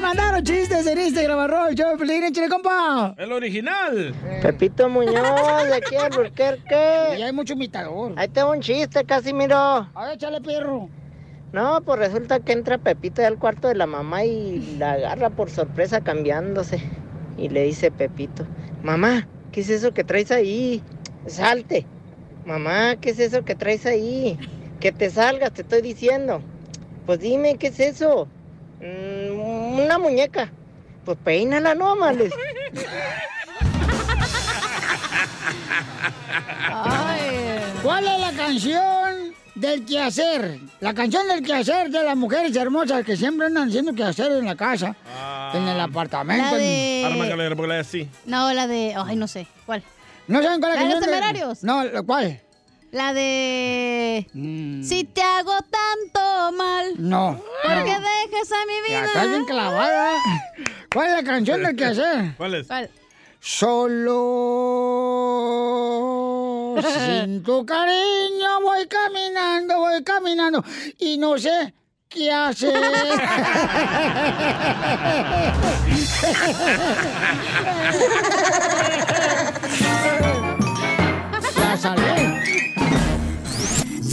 Speaker 1: Mándanos chistes en Instagram, arroba el show de Piolín, échale, compa.
Speaker 2: El original.
Speaker 9: Pepito Muñoz, de aquí al Burquerque.
Speaker 1: Y hay mucho imitador.
Speaker 9: Ahí tengo un chiste, Casimiro.
Speaker 1: A ver, échale, perro.
Speaker 9: No, pues resulta que entra Pepito al cuarto de la mamá y la agarra por sorpresa cambiándose. Y le dice Pepito, mamá, ¿qué es eso que traes ahí? Salte. Mamá, ¿qué es eso que traes ahí? Que te salgas, te estoy diciendo. Pues dime, ¿qué es eso? "Mm, una muñeca. Pues peínala, no, males.
Speaker 1: ¿Cuál es la canción del quehacer? La canción del quehacer de las mujeres hermosas que siempre andan haciendo quehacer en la casa, Ah. en el apartamento.
Speaker 8: La de-
Speaker 1: en-
Speaker 2: Arma calera, porque la de así.
Speaker 8: No, la de. Ay, no sé. ¿Cuál?
Speaker 1: ¿No saben cuál es
Speaker 8: la de
Speaker 1: la
Speaker 8: los
Speaker 1: canción? de-
Speaker 8: temerarios?
Speaker 1: No, ¿la- ¿cuál?
Speaker 8: La de. Si te hago tanto mal.
Speaker 1: Mm. No.
Speaker 8: Porque
Speaker 1: no.
Speaker 8: dejes a mi vida.
Speaker 1: Ya estás bien clavada. ¿Cuál es la canción del quehacer?
Speaker 2: ¿Cuál es?
Speaker 1: Solo sin tu cariño voy caminando, voy caminando y no sé qué hacer. Ya salí.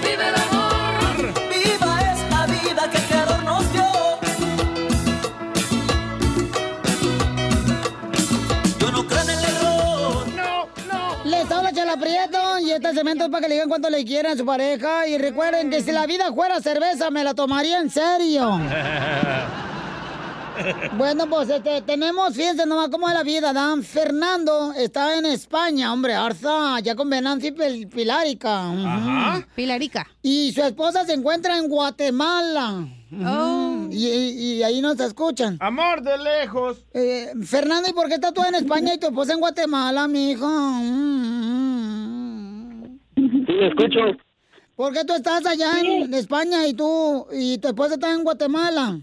Speaker 13: viva el amor, viva esta vida que el creador nos dio. Yo no creo en el error.
Speaker 1: No, no. Les habla Chela Prieto y este cemento es para que le digan cuánto le quieren a su pareja. Y recuerden que si la vida fuera cerveza, me la tomaría en serio. Bueno, pues este, tenemos, fíjense nomás cómo es la vida, Dan. Fernando está en España, hombre, Arza, ya con Venancio y Pil- Pilarica. Ujú.
Speaker 8: Pilarica.
Speaker 1: Y su esposa se encuentra en Guatemala. Ujú. Y, y- y ahí nos escuchan. Eh,
Speaker 2: Amor de lejos.
Speaker 1: Fernando, ¿y por qué estás tú en España y tu esposa en Guatemala, mijo?
Speaker 11: Sí, escucho.
Speaker 1: ¿Por qué tú estás allá en España y tú y tu esposa está en Guatemala?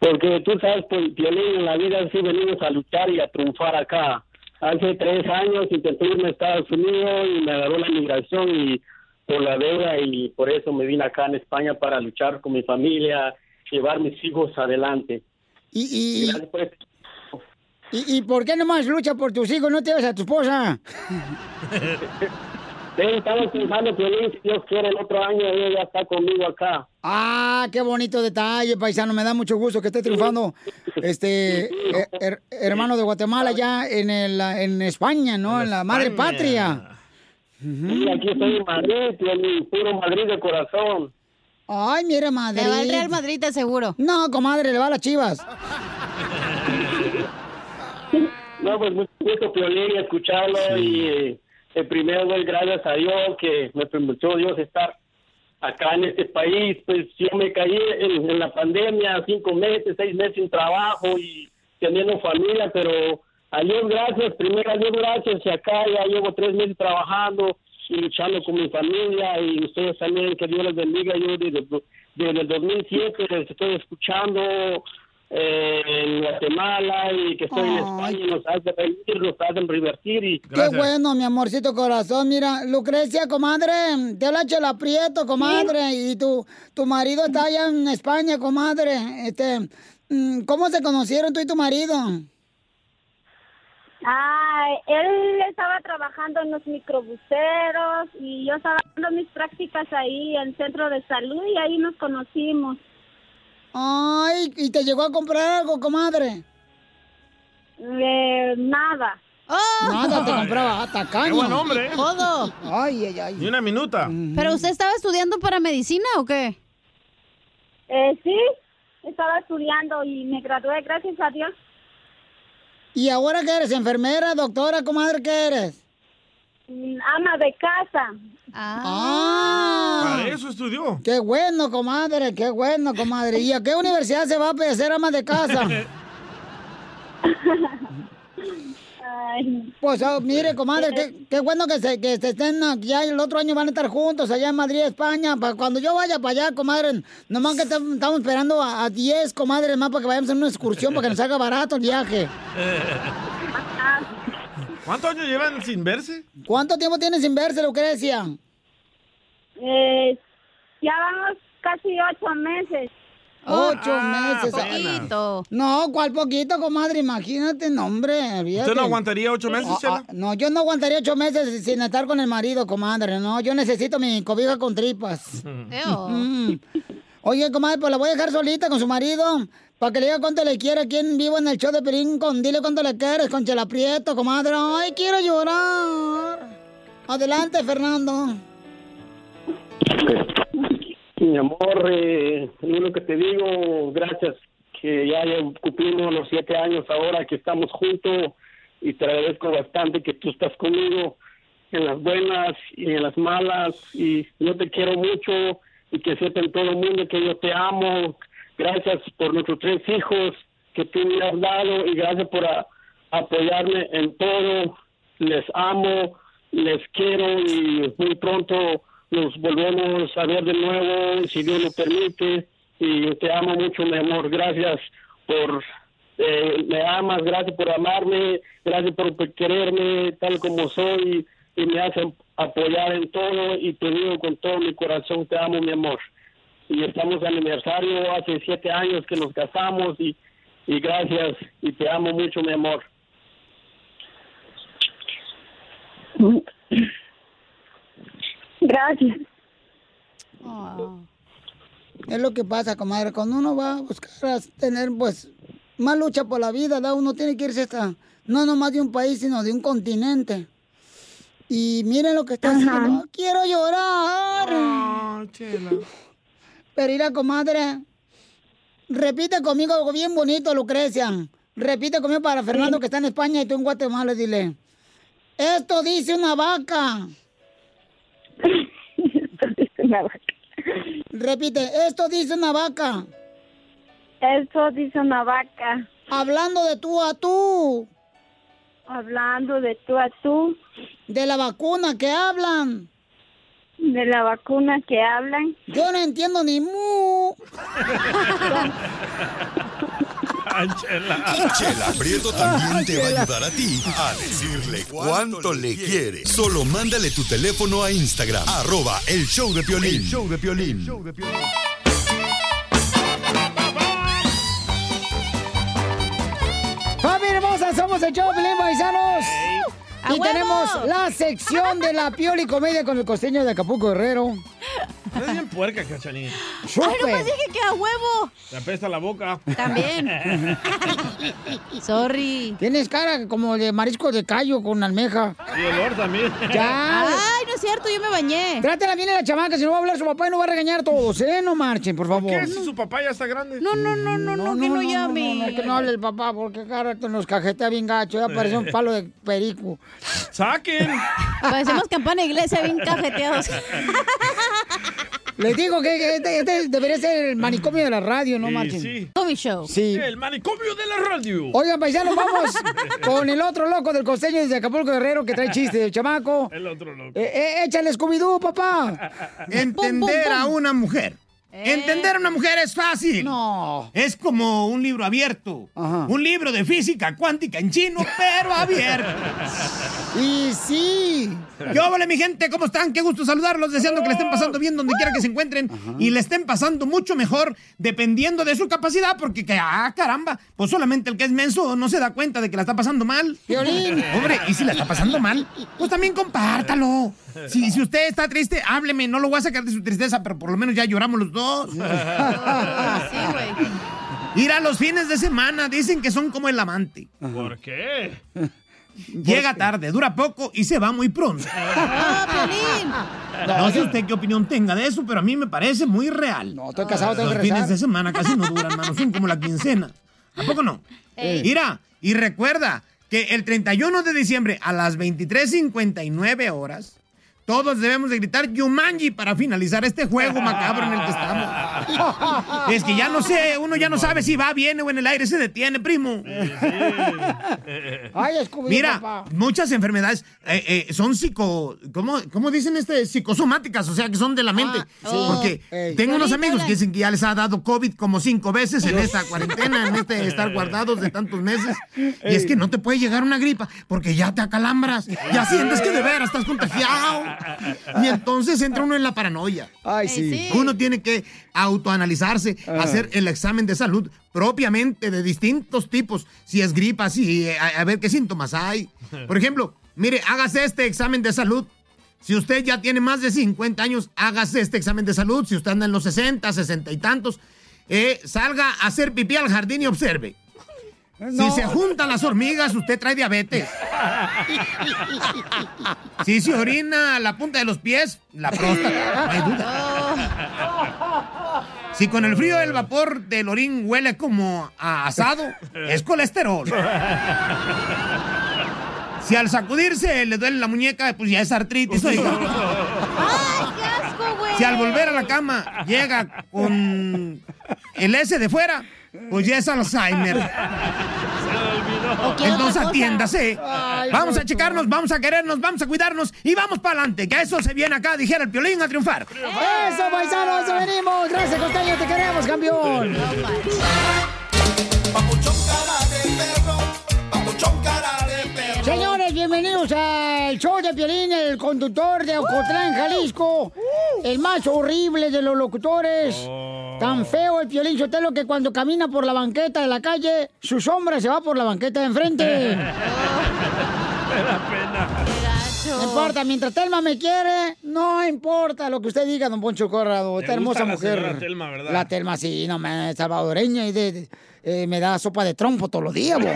Speaker 11: Porque tú sabes, pues, Piolín, en la vida sí venimos a luchar y a triunfar acá. Hace tres años intenté irme a Estados Unidos y me agarró la migración y por la deuda y por eso me vine acá en España para luchar con mi familia, llevar mis hijos adelante.
Speaker 1: Y,
Speaker 11: y pues. gracias por eso.
Speaker 1: ¿Y, y por qué nomás lucha por tus hijos, no te vas a tu esposa?
Speaker 11: Eh, estamos pensando, Piolín, si Dios quiere, el otro año ella ya está conmigo acá.
Speaker 1: Ah, qué bonito detalle, paisano. Me da mucho gusto que esté triunfando este eh, her- hermano de Guatemala ya en, el- en España, ¿no? En, la madre
Speaker 11: España.
Speaker 1: patria.
Speaker 11: Y aquí estoy en Madrid, Piolín, puro Madrid de corazón.
Speaker 1: Ay, mira, Madrid.
Speaker 8: Le va al Real Madrid, de seguro.
Speaker 1: No, comadre, le va a las chivas.
Speaker 11: No, pues mucho gusto, Piolín, escucharlo y eh, eh, primero doy gracias a Dios que me permitió Dios estar acá en este país. Pues yo me caí en, en la pandemia, cinco meses, seis meses sin trabajo y teniendo familia, pero a Dios gracias, primero a Dios gracias y acá ya llevo tres meses trabajando y luchando con mi familia y ustedes también, que Dios les bendiga. Yo desde, desde el 2007 les estoy escuchando eh, en Guatemala y que estoy en España y nos hacen reír, nos hacen divertir y
Speaker 1: Qué bueno, mi amorcito corazón. Mira, Lucrecia, comadre, te habla Chela Prieto, comadre, y tu, tu marido está allá en España, comadre. Este, mm, ¿Cómo se conocieron tú y tu marido?
Speaker 22: Ah, él estaba trabajando en los microbuseros y yo estaba dando mis prácticas ahí en el centro de salud y ahí nos conocimos.
Speaker 1: Ay, ¿y te llegó a comprar algo, comadre?
Speaker 22: Eh, nada.
Speaker 8: ¡Oh!
Speaker 1: Nada te compraba, hasta caña.
Speaker 2: Qué buen hombre, ¿eh?
Speaker 8: Todo.
Speaker 1: Ay, ay, ay.
Speaker 2: Y una minuta.
Speaker 1: Mm.
Speaker 8: ¿Pero usted estaba estudiando para medicina o qué?
Speaker 22: Eh, sí, estaba estudiando y me gradué, gracias a Dios.
Speaker 1: ¿Y ahora qué eres? ¿Enfermera, doctora, comadre, qué eres?
Speaker 22: Mm, Ama de casa.
Speaker 1: Ah.
Speaker 2: Para eso estudió.
Speaker 1: Qué bueno, comadre, qué bueno, comadre. ¿Y a qué universidad se va a hacer ama de casa? Ay. Pues oh, mire, comadre, qué, qué bueno que se, que se estén ya el otro año van a estar juntos allá en Madrid, España. Pa- cuando yo vaya para allá, comadre, nomás que tam- estamos esperando a a 10 comadres más para que vayamos en una excursión para que nos salga barato el viaje.
Speaker 2: ¿Cuántos años llevan sin verse?
Speaker 1: ¿Cuánto tiempo tienes sin verse, Lucrecia?
Speaker 22: Eh, ya vamos casi ocho meses.
Speaker 1: Ocho
Speaker 22: Ah,
Speaker 1: meses.
Speaker 22: poquito.
Speaker 1: No, ¿cuál poquito, comadre? Imagínate, no, hombre. olvídate.
Speaker 2: ¿Usted no aguantaría ocho meses,
Speaker 1: No,
Speaker 2: Chela?
Speaker 1: ah, no, yo no aguantaría ocho meses sin estar con el marido, comadre. No, yo necesito mi cobija con tripas.
Speaker 8: Eo.
Speaker 1: Mm. Oye, comadre, pues la voy a dejar solita con su marido. Para que le diga cuánto le quiere aquí en vivo en el show de Perín. Con, dile cuánto le quieres con Chela Prieto, comadre. Ay, quiero llorar. Adelante, Fernando.
Speaker 11: Mi amor, eh, lo único que te digo, gracias que ya cumplimos los siete años ahora que estamos juntos y te agradezco bastante que tú estás conmigo en las buenas y en las malas y yo te quiero mucho y que sepa en todo el mundo que yo te amo. Gracias por nuestros tres hijos que tú me has dado y gracias por a- apoyarme en todo. Les amo, les quiero y muy pronto nos volvemos a ver de nuevo, si Dios lo permite. Y te amo mucho, mi amor. Gracias por... eh, me amas, gracias por amarme, gracias por quererme tal como soy y me hacen apoyar en todo y te digo con todo mi corazón, te amo, mi amor. Y estamos de aniversario, hace siete años que nos casamos y, y gracias y te amo mucho, mi amor.
Speaker 1: Gracias. Ah. Es lo que pasa, comadre. Cuando uno va a buscar a tener, pues, más lucha por la vida, ¿verdad? uno tiene que irse hasta, no nomás de un país, sino de un continente. Y miren lo que está haciendo. ¡Ah, ¡Quiero llorar! Pero mira, comadre, repite conmigo algo bien bonito, Lucrecia. Repite conmigo para Fernando, que está en España y tú en Guatemala, dile. Esto dice una vaca. Repite, esto dice una vaca.
Speaker 22: Esto dice una vaca.
Speaker 1: Hablando de tú a tú.
Speaker 22: Hablando de tú a tú.
Speaker 1: De la vacuna que hablan.
Speaker 22: De la vacuna que hablan.
Speaker 1: Yo no entiendo ni mu.
Speaker 6: Chela Prieto también te va a ayudar a ti a decirle cuánto le quiere. Solo mándale tu teléfono a Instagram, arroba el show de Piolín.
Speaker 13: El
Speaker 6: show de Piolín.
Speaker 1: ¡Familia hermosa! Somos el show de Pelín, paisanos.
Speaker 8: ¡A
Speaker 1: Y
Speaker 8: huevo!
Speaker 1: tenemos la sección de la pioli comedia con el costeño de Acapulco Guerrero.
Speaker 2: Estás bien puerca, cachanilla.
Speaker 8: Ay, nomás dije que a huevo.
Speaker 2: Te apesta la boca.
Speaker 8: También. Sorry.
Speaker 1: Tienes cara como de marisco de callo con almeja.
Speaker 2: Y olor también.
Speaker 1: Ya.
Speaker 8: Ay, no es cierto, yo me bañé.
Speaker 1: Trátela bien a la chamaca, si no va a hablar su papá y no va a regañar a todos, ¿eh? No marchen, por favor.
Speaker 2: ¿Qué si su papá ya está grande?
Speaker 8: No, no, no, no, no, que no llame.
Speaker 1: no, no, que no hable el papá, porque carácter nos cajetea bien gacho, ya parece un palo de perico.
Speaker 2: ¡Saquen!
Speaker 8: Parecemos campana de iglesia bien cafeteados.
Speaker 1: Les digo que este, este debería ser el manicomio de la radio, no
Speaker 2: Y
Speaker 1: marchen.
Speaker 2: sí.
Speaker 8: Comedy show.
Speaker 1: Sí.
Speaker 2: El manicomio de la radio.
Speaker 1: Oigan, paisanos, vamos con el otro loco del costeño desde Acapulco Guerrero que trae chiste, el chamaco.
Speaker 2: El otro loco.
Speaker 1: Eh, eh, échale Scooby-Doo, papá.
Speaker 12: Entender a una mujer. Entender a una mujer es fácil.
Speaker 1: No.
Speaker 12: Es como un libro abierto. Un libro de física cuántica en chino, pero abierto.
Speaker 1: Y sí.
Speaker 12: Yo, hola, mi gente, ¿cómo están? Qué gusto saludarlos, deseando que le estén pasando bien donde quiera que se encuentren y le estén pasando mucho mejor dependiendo de su capacidad, porque, que- ah, caramba, pues solamente el que es menso no se da cuenta de que la está pasando mal.
Speaker 1: Violín.
Speaker 12: Hombre, y si la está pasando mal, pues también compártalo. Si, si usted está triste, hábleme, no lo voy a sacar de su tristeza, pero por lo menos ya lloramos los dos. Ir a los fines de semana, dicen que son como el amante.
Speaker 2: ¿Por qué?
Speaker 12: Llega tarde, dura poco y se va muy pronto.
Speaker 8: Ah,
Speaker 12: No sé usted qué opinión tenga de eso, pero a mí me parece muy real. No,
Speaker 1: estoy casado, tengo que
Speaker 12: Los
Speaker 1: rezar.
Speaker 12: fines de semana casi no duran, hermano, son como la quincena. ¿A poco no?
Speaker 1: Ey.
Speaker 12: Mira, y recuerda que el 31 de diciembre a las 23.59 horas, Todos debemos de gritar Yumanji para finalizar este juego macabro en el que estamos. Es que ya no sé, uno ya no sabe si va, viene o en el aire se detiene, primo.
Speaker 1: Ay, Scooby,
Speaker 12: Mira,
Speaker 1: papá.
Speaker 12: muchas enfermedades eh, eh, son psico... ¿cómo, cómo dicen este? Psicosomáticas, o sea, que son de la mente.
Speaker 1: Ah, sí.
Speaker 12: Porque
Speaker 1: Ey.
Speaker 12: tengo unos
Speaker 1: Piolín,
Speaker 12: amigos que
Speaker 1: hola.
Speaker 12: dicen que ya les ha dado COVID como cinco veces en
Speaker 1: Dios.
Speaker 12: esta cuarentena, en este estar guardados de tantos meses. Y es que no te puede llegar una gripa porque ya te acalambras, ya sientes que de veras estás contagiado. Y entonces entra uno en la paranoia.
Speaker 1: Ay, sí. sí.
Speaker 12: Uno tiene que autoanalizarse,
Speaker 1: Ah.
Speaker 12: hacer el examen de salud propiamente de distintos tipos, si es gripa, si eh, a, a ver qué síntomas hay. Por ejemplo, mire, hágase este examen de salud. Si usted ya tiene más de 50 años, hágase este examen de salud. Si usted anda en los 60, 60 y tantos, eh, salga a hacer pipí al jardín y observe. Si se juntan las hormigas, usted trae diabetes. Si se orina la punta de los pies, la próstata, no hay
Speaker 7: Oh.
Speaker 12: duda. Si con el frío el vapor del orín huele como a asado, es colesterol. Si al sacudirse le duele la muñeca, pues ya es artritis, oiga. Si al volver a la cama llega con el S de fuera, pues ya es Alzheimer. Entonces atiéndase. vamos a checarnos, vamos a querernos, vamos a cuidarnos y vamos para adelante. Que a eso se viene acá, dijera el piolín, a triunfar.
Speaker 1: ¡Eso, paisano! ¡Eso venimos! ¡Gracias, Costeño! ¡Te queremos, campeón! Señores, bienvenidos al show de Piolín, el conductor de Ocotlán, Jalisco. El más horrible de los locutores. Tan feo el Piolín Sotelo que cuando camina por la banqueta de la calle, su sombra se va por la banqueta de enfrente. No importa, mientras Telma me quiere, no importa lo que usted diga, don Poncho Corrado. Esta
Speaker 2: gusta
Speaker 1: hermosa
Speaker 2: la
Speaker 1: mujer.
Speaker 2: señora Telma, ¿verdad?
Speaker 1: La Telma, sí, no, me salvadoreña y de- de- eh, me da sopa de trompo todos los días,
Speaker 2: Este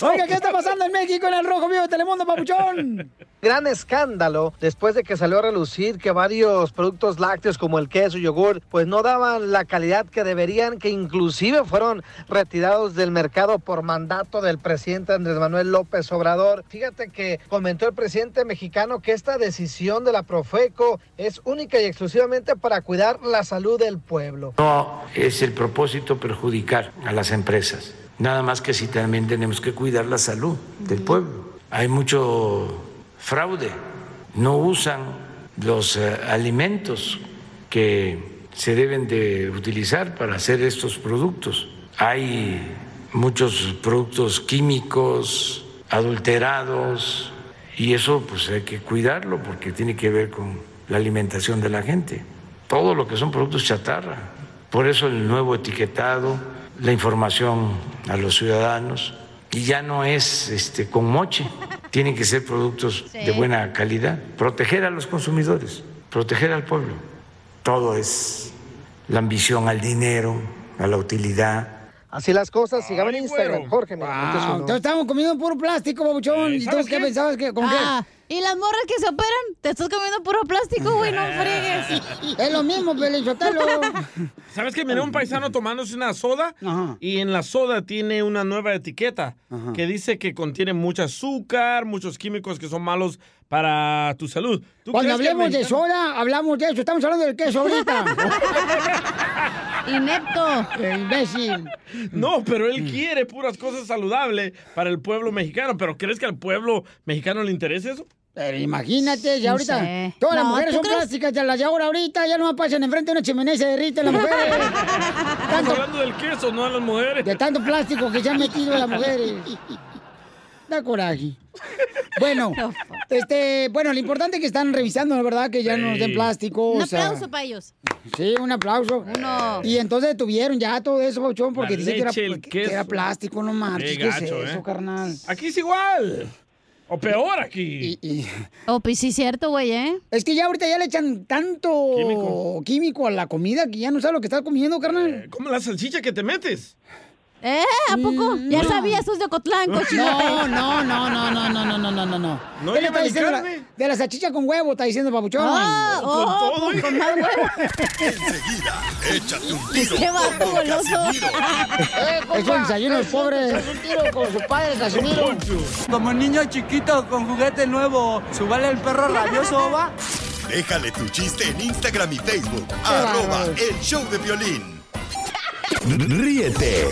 Speaker 1: bo. Oiga, ¿qué está pasando en México en el Rojo Vivo de Telemundo, papuchón?
Speaker 4: Gran escándalo después de que salió a relucir que varios productos lácteos como el queso y yogur pues no daban la calidad que deberían, que inclusive fueron retirados del mercado por mandato del presidente Andrés Manuel López Obrador. Fíjate que comentó el presidente mexicano que esta decisión de la Profeco es única y exclusivamente para cuidar la salud del pueblo.
Speaker 5: No es el propósito perjudicar a las empresas. Nada más que si también tenemos que cuidar la salud del pueblo. Hay mucho fraude. No usan los eh, alimentos que se deben de utilizar para hacer estos productos. Hay muchos productos químicos, adulterados, y eso pues hay que cuidarlo porque tiene que ver con la alimentación de la gente. Todo lo que son productos chatarra. Por eso el nuevo etiquetado, la información a los ciudadanos, y ya no es este, con moche, tienen que ser productos de buena calidad. Proteger a los consumidores, proteger al pueblo. Todo es la ambición al dinero, a la utilidad.
Speaker 4: Así las cosas, síganme en Instagram, Jorge. Miramontes
Speaker 1: Ah,
Speaker 4: uno.
Speaker 1: entonces estamos comiendo puro plástico,
Speaker 2: Eh,
Speaker 1: papuchón. ¿Y tú
Speaker 4: ¿sabes
Speaker 1: qué
Speaker 4: qué?
Speaker 1: pensabas que con
Speaker 8: Ah, ¿Y las morras que se operan? Te estás comiendo puro plástico, güey, no friegues.
Speaker 1: Es lo mismo, Pelichotelo.
Speaker 2: ¿Sabes que miré a un paisano tomándose una soda? Y en la soda tiene una nueva etiqueta que dice que contiene mucho azúcar, muchos químicos que son malos para tu salud.
Speaker 1: qué?
Speaker 2: ¿Tú
Speaker 1: Cuando
Speaker 2: crees que
Speaker 1: hablemos de
Speaker 2: americano-
Speaker 1: soda, hablamos de eso. Estamos hablando del queso ahorita. Inepto. Imbécil.
Speaker 2: No, pero él quiere puras cosas saludables para el pueblo mexicano. ¿Pero crees que al pueblo mexicano le interesa eso?
Speaker 1: Pero Imagínate, ya
Speaker 2: No
Speaker 1: ahorita.
Speaker 2: sé.
Speaker 1: Todas las
Speaker 2: No,
Speaker 1: mujeres
Speaker 2: ¿tú
Speaker 1: son
Speaker 2: crees?
Speaker 1: plásticas, ya las de ahora ahorita, ya no pasan enfrente de una chimenea y se derriten las mujeres.
Speaker 2: Estamos hablando del queso, no de las mujeres.
Speaker 1: De tanto plástico que ya han metido las mujeres. Da coraje. Bueno, este, bueno, lo importante es que están revisando, la verdad, que ya no nos den plástico.
Speaker 8: Un
Speaker 1: o sea,
Speaker 8: aplauso para ellos.
Speaker 1: Sí, un aplauso.
Speaker 8: Uno.
Speaker 1: Y entonces detuvieron ya todo eso, Pauchón, porque
Speaker 2: La
Speaker 1: dice que era, pues,
Speaker 2: leche, el
Speaker 1: que
Speaker 2: queso.
Speaker 1: era plástico, no marches.
Speaker 2: Qué
Speaker 1: ¿Qué, es
Speaker 2: gacho,
Speaker 1: eso,
Speaker 2: ¿eh?
Speaker 1: carnal?
Speaker 2: Aquí es igual. O peor aquí.
Speaker 8: Oh, pues sí, cierto, güey, ¿eh?
Speaker 1: Es que ya ahorita ya le echan tanto
Speaker 2: Eh,
Speaker 1: químico, a la comida que ya no sabes lo que estás comiendo, carnal.
Speaker 2: Como la salchicha que te metes.
Speaker 8: ¿Eh? ¿A poco? Ya sabías, sos de Ocotlán, cochino.
Speaker 1: Mm, No, no, no, no, no, no, no, no, no, no, no.
Speaker 8: No
Speaker 1: ¿Qué le
Speaker 8: lleva
Speaker 1: está
Speaker 8: ni
Speaker 1: diciendo la-
Speaker 8: carne.
Speaker 1: de la salchicha con huevo, está diciendo papuchón.
Speaker 8: Ah, Con oh, todo, con con más
Speaker 6: Enseguida, échate un tiro
Speaker 1: Qué vato
Speaker 6: con Don
Speaker 1: goloso.
Speaker 7: Eh,
Speaker 6: Casimiro.
Speaker 1: Es un desayuno del pobre. un tiro con su padre, Casimiro.
Speaker 7: Como niño chiquito con juguete nuevo, subale el perro rabioso, va.
Speaker 6: Déjale tu chiste en Instagram y Facebook. Arroba el show de violín.
Speaker 14: Ríete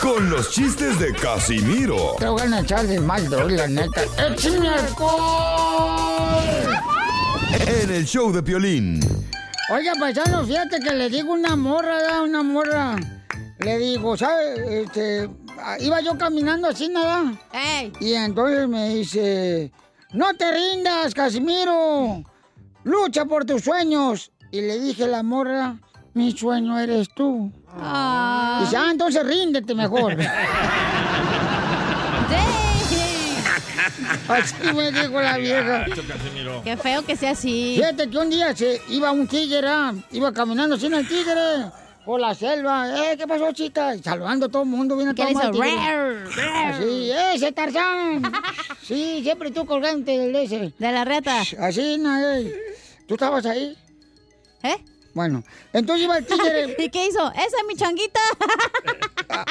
Speaker 14: con los chistes de Casimiro
Speaker 1: Te voy a echar de mal, doy, la neta. ¡Eh, ¡Échame alcohol!
Speaker 14: en el show de violín.
Speaker 1: Oiga, paisano, fíjate que le digo una morra, ¿verdad? una morra. Le digo, ¿sabe? Este, ah, iba yo caminando así, nada. Y entonces me dice, no te rindas, Casimiro. Lucha por tus sueños. Y le dije a la morra, mi sueño eres tú. Y dice, ah, entonces ríndete mejor. Así me dijo la vieja.
Speaker 8: Qué feo que sea así.
Speaker 1: Fíjate que un día se iba un tigre, ah, iba caminando sin el tigre por la selva. Eh, ¿qué pasó, chica? Y saludando a todo el mundo, viene
Speaker 8: ¿Qué
Speaker 1: todo el
Speaker 8: le hizo?
Speaker 1: mundo.
Speaker 8: Rar, rar.
Speaker 1: Así, Ah, ese Tarzán. Sí, siempre tú colgante del ese.
Speaker 8: De la reta.
Speaker 1: Así, na, eh. ¿Tú estabas ahí? ¿Eh? Bueno, entonces iba el tigre.
Speaker 8: ¿Y qué hizo? Esa es mi changuita.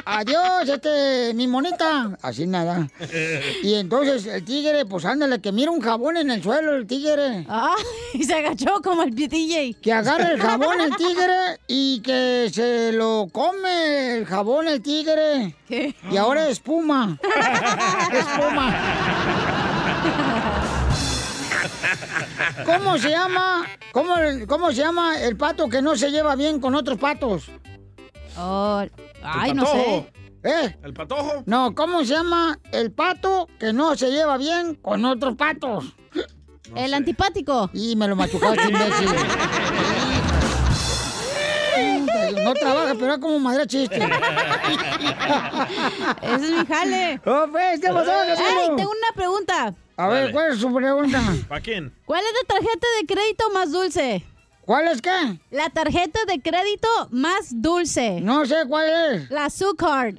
Speaker 1: Adiós, este, mi monita. Así nada. Y entonces el tigre, pues ándale, que mira un jabón en el suelo el tigre. Ah, y se agachó como el DJ. Que agarra el jabón el tigre y que se lo come el jabón el tigre. ¿Qué? Y ahora espuma. espuma. ¿Cómo se llama? ¿Cómo, cómo se llama el pato que no se lleva bien con otros patos?
Speaker 8: Oh, ay, no sé.
Speaker 1: ¿Eh?
Speaker 2: ¿El patojo?
Speaker 1: No, ¿cómo se llama el pato que no se lleva bien con otros patos?
Speaker 8: El antipático.
Speaker 1: Y me lo machucaste, imbécil. No trabaja, pero es como madre chiste.
Speaker 8: Ese es mi jale.
Speaker 1: ¡Oh, pues, ¿qué pasó, Casimiro?
Speaker 8: Ay, tengo una pregunta.
Speaker 1: A ver,
Speaker 8: Dale.
Speaker 1: ¿cuál es su pregunta?
Speaker 2: ¿Para quién?
Speaker 8: ¿Cuál es la tarjeta de crédito más dulce?
Speaker 1: ¿Cuál es qué?
Speaker 8: La tarjeta de crédito más dulce.
Speaker 1: No sé cuál es.
Speaker 8: La Zucard.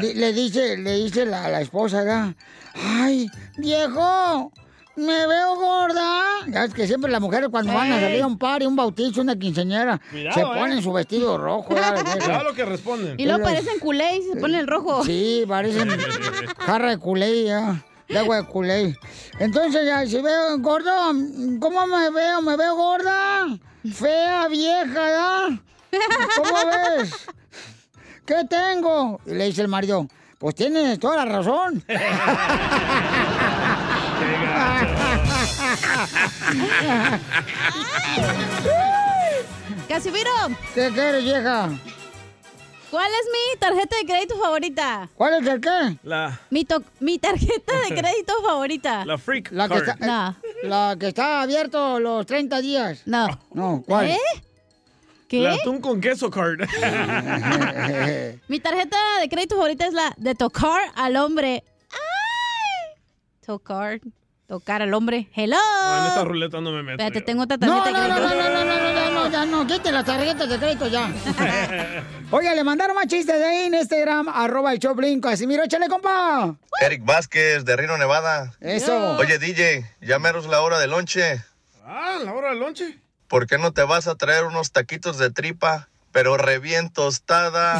Speaker 1: Le, le dice, le dice la, la esposa, ¿verdad? Ay, viejo, me veo gorda. Ya es que siempre las mujeres cuando van a
Speaker 2: Ey.
Speaker 1: salir a un par y un bautizo, una quinceñera,
Speaker 2: Cuidado,
Speaker 1: se
Speaker 2: ¿eh?
Speaker 1: ponen su vestido rojo. ¿verdad? Las viejas.
Speaker 2: Cuidado lo que responden.
Speaker 8: Y luego parecen culé y se ponen el rojo.
Speaker 1: Sí, parecen jarra de culé, ya. De agua de culé. Entonces, ya, si veo gordo, ¿cómo me veo? ¿Me veo gorda? Fea, vieja, ¿ya? ¿Cómo ves? ¿Qué tengo? Y le dice el marido, pues tienes toda la razón.
Speaker 8: Casimiro,
Speaker 1: ¿Qué quieres, vieja?
Speaker 8: ¿cuál es mi tarjeta de crédito favorita?
Speaker 1: ¿Cuál es el qué?
Speaker 2: La,
Speaker 8: Mi, to- mi tarjeta de crédito favorita.
Speaker 2: la freak
Speaker 1: La que,
Speaker 2: card.
Speaker 1: está, eh, la que está abierto los 30 días.
Speaker 8: No.
Speaker 1: No, ¿cuál?
Speaker 8: ¿Eh? ¿Qué?
Speaker 2: La atún con queso card.
Speaker 8: Mi tarjeta de crédito favorita es la de tocar al hombre. ¡Ay! Tocar. Tocar al hombre. Hello.
Speaker 2: No, en esta ruleta no me meto.
Speaker 8: Espérate, tengo otra
Speaker 1: No,
Speaker 8: tarjeta
Speaker 1: no,
Speaker 8: de
Speaker 1: no, no,
Speaker 8: crédito.
Speaker 1: no, no, no, no, ya no, ya no, quiten las tarjetas de crédito ya. Oiga, le mandaron más chistes de ahí en Instagram, arroba el Choplin, Casimiro, échale, compa.
Speaker 15: Eric Vázquez de Rino, Nevada.
Speaker 1: Eso.
Speaker 15: Oye, DJ, ya menos la hora del lonche.
Speaker 2: Ah, la hora del lonche.
Speaker 15: ¿Por qué no te vas a traer unos taquitos de tripa, pero re bien tostada?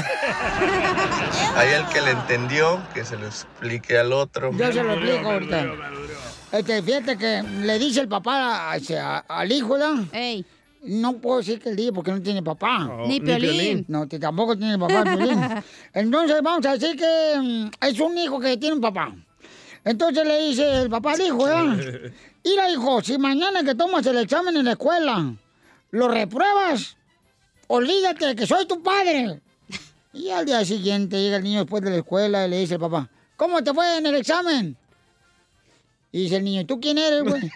Speaker 15: Hay el que le entendió, que se lo explique al otro.
Speaker 1: Yo se lo explico ahorita. Este, fíjate que le dice el papá a- a- al hijo, ¿verdad? No puedo decir que el día porque no tiene papá.
Speaker 8: Ni ni Piolín. Piolín.
Speaker 1: No, que tampoco tiene papá Piolín. Entonces vamos a decir que mm, es un hijo que tiene un papá. Entonces le dice el papá al hijo, ¿verdad? Mira, hijo, si mañana que tomas el examen en la escuela, lo repruebas, olvídate de que soy tu padre. Y al día siguiente llega el niño después de la escuela y le dice el papá, ¿cómo te fue en el examen? Y dice el niño, ¿tú quién eres, güey?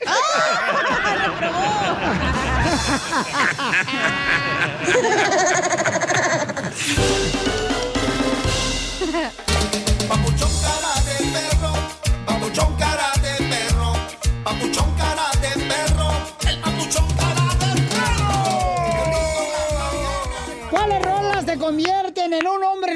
Speaker 13: Papuchón cara de perro, papuchón cara de perro, el papuchón cara de perro.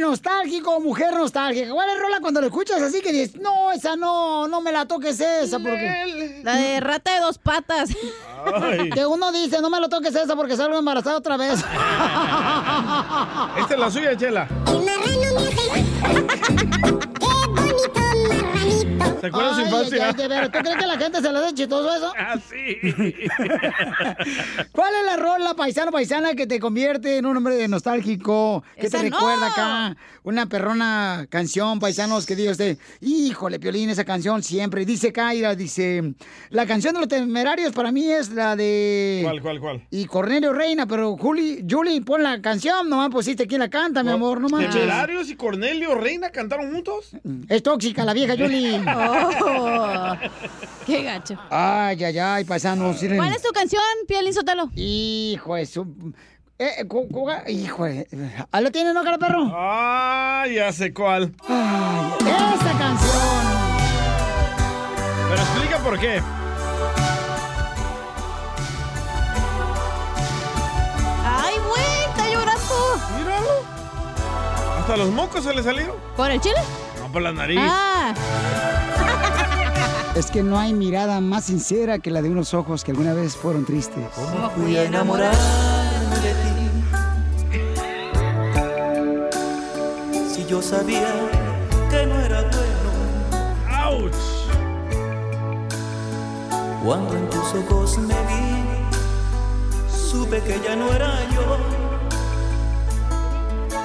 Speaker 1: nostálgico, mujer nostálgica. ¿Cuál es rola cuando la escuchas así que dices, no, esa no, no me la toques esa porque.
Speaker 8: La de rata de dos patas. Ay.
Speaker 1: Que uno dice, no me lo toques esa porque salgo embarazada otra vez.
Speaker 2: Esta es la suya, Chela. ¿Se acuerdas de su infancia? Ah,
Speaker 1: Ay, ay, de veras, ¿Tú crees que la gente se le hace chistoso eso? ¿Cuál es la rola paisano paisana que te convierte en un hombre de nostálgico? Que
Speaker 8: Esa
Speaker 1: te
Speaker 8: no.
Speaker 1: recuerda acá una perrona canción, paisanos, que diga usted, híjole, Piolín, esa canción siempre. Dice Kaira, dice, la canción de los temerarios para mí es la de...
Speaker 2: ¿Cuál, cuál, cuál?
Speaker 1: Y Cornelio Reina, pero Juli, Juli, pon la canción, nomás pusiste quién la canta, mi amor, no manches.
Speaker 2: ¿Temerarios y Cornelio Reina cantaron juntos?
Speaker 1: Es tóxica la vieja Juli.
Speaker 8: Oh, qué gacho.
Speaker 1: Ay, ay, ay, paisano. sí le-
Speaker 8: ¿Cuál es tu canción, Piolín Sotelo?
Speaker 1: Hijo de su... Eh, cu- cu- hijo de... ¿Ah, lo tiene, no, cara de perro?
Speaker 2: Ah, ya sé cuál.
Speaker 1: ¡Esa canción!
Speaker 2: Pero explica por qué.
Speaker 8: ¡Ay, güey! ¡Está llorando!
Speaker 2: ¡Míralo! Hasta los mocos se le salieron.
Speaker 8: ¿Por el chile?
Speaker 2: No, por la nariz.
Speaker 8: Ah.
Speaker 1: Es que no hay mirada más sincera que la de unos ojos que alguna vez fueron tristes.
Speaker 13: ¿Cómo fui a enamorarme de ti? Si yo sabía que no era bueno.
Speaker 2: ¡Auch!
Speaker 13: Cuando en tus ojos me vi, supe que ya no era yo.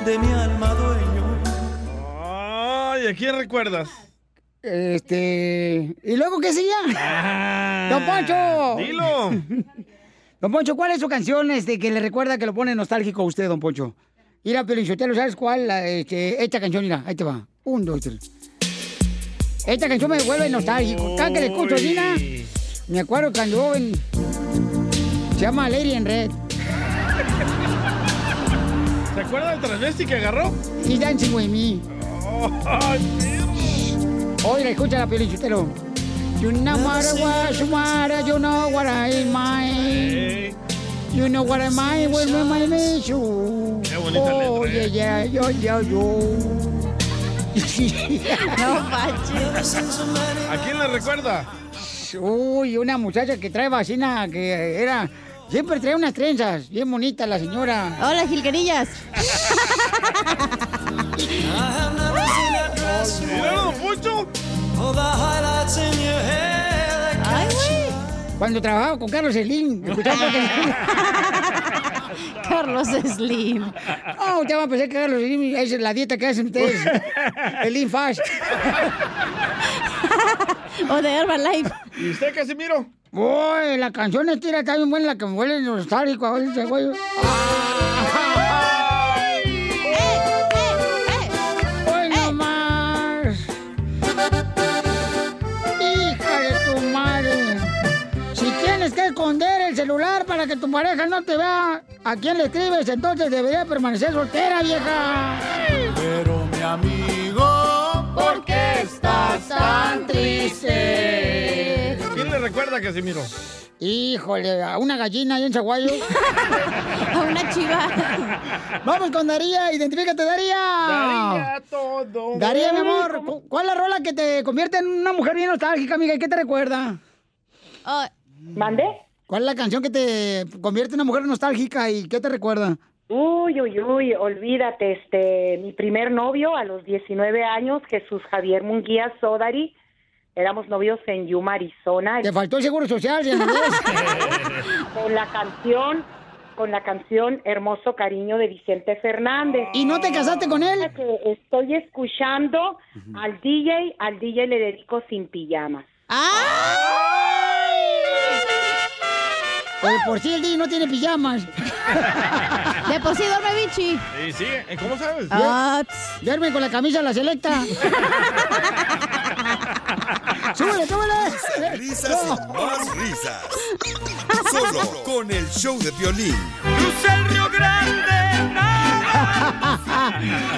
Speaker 13: De mi alma dueño.
Speaker 2: Ay, ¿a quién recuerdas?
Speaker 1: Este. ¿Y luego qué seguía? ¡Don Poncho!
Speaker 2: Dilo.
Speaker 1: Don Poncho, ¿cuál es su canción este, que le recuerda que lo pone nostálgico a usted, Don Poncho? Mira, Pelinchotelo, ¿sabes cuál? La, este, esta canción, mira, ahí te va. Un, dos, tres. Esta canción me vuelve nostálgico. Cada que la escucho, Dina, me acuerdo cuando joven. Se llama Lady en Red.
Speaker 2: ¿Se acuerda del transvesti que agarró?
Speaker 1: Y Dancing with Me. Oiga, escucha la Pelinchotelo. You know what I was, you matter, you know what I mind. You know what I mind when my mind is you.
Speaker 13: Qué bonita
Speaker 1: oh,
Speaker 13: letra, ¿eh?
Speaker 1: yeah, yeah, yeah, yeah, yo.
Speaker 2: ¿A quién la recuerda?
Speaker 1: Uy, una muchacha que trae vacina que era. Siempre trae unas trenzas, bien bonita la señora.
Speaker 8: Hola, jilguerillas.
Speaker 2: mucho?
Speaker 13: Ay,
Speaker 1: Cuando trabajaba con Carlos Slim, escuchaba
Speaker 8: Carlos Slim.
Speaker 1: Oh, te van a pensar que Carlos Slim esa es la dieta que hacen ustedes. El Fast.
Speaker 8: o de Herbalife.
Speaker 2: ¿Y usted, Casimiro?
Speaker 1: Uy, la canción estira está bien buena, la que me vuelve nostálgico. A veces, güey. Hoy no más. Hija de tu madre. Si tienes que esconder el celular para que tu pareja no te vea a quién le escribes, entonces debería permanecer soltera, vieja.
Speaker 13: Pero mi amigo, ¿por qué estás tan triste?
Speaker 2: ¿Quién le recuerda, Casimiro?
Speaker 1: Híjole, a una gallina y un chaguayo. a
Speaker 8: una chiva.
Speaker 1: Vamos con Daría, identifícate, Daría.
Speaker 2: Daría todo.
Speaker 1: Ah. Daría, mi amor, ¿cu- ¿cuál es la rola que te convierte en una mujer bien nostálgica, amiga? ¿Y qué te recuerda?
Speaker 17: ¿Mande?
Speaker 1: ¿Cuál es la canción que te convierte en una mujer nostálgica y qué te recuerda?
Speaker 17: Uy, uy, uy, olvídate, este, mi primer novio a los 19 años, Jesús Javier Munguía Sodari, éramos novios en Yuma, Arizona.
Speaker 1: Te faltó el seguro social, ya no
Speaker 17: Con la canción, con la canción Hermoso Cariño de Vicente Fernández.
Speaker 1: ¿Y no te casaste con él?
Speaker 17: estoy escuchando al DJ, al DJ le dedico sin pijamas.
Speaker 1: Oye, por si el DJ no tiene pijamas.
Speaker 8: De por sí duerme bichi.
Speaker 2: Sí, sí. ¿eh? ¿Cómo
Speaker 1: Pues,
Speaker 2: sabes?
Speaker 1: Ah. Duerme con la camisa de la selecta. ¡Súbele, súbele!
Speaker 6: Risas y más risas. Solo con el show de violín.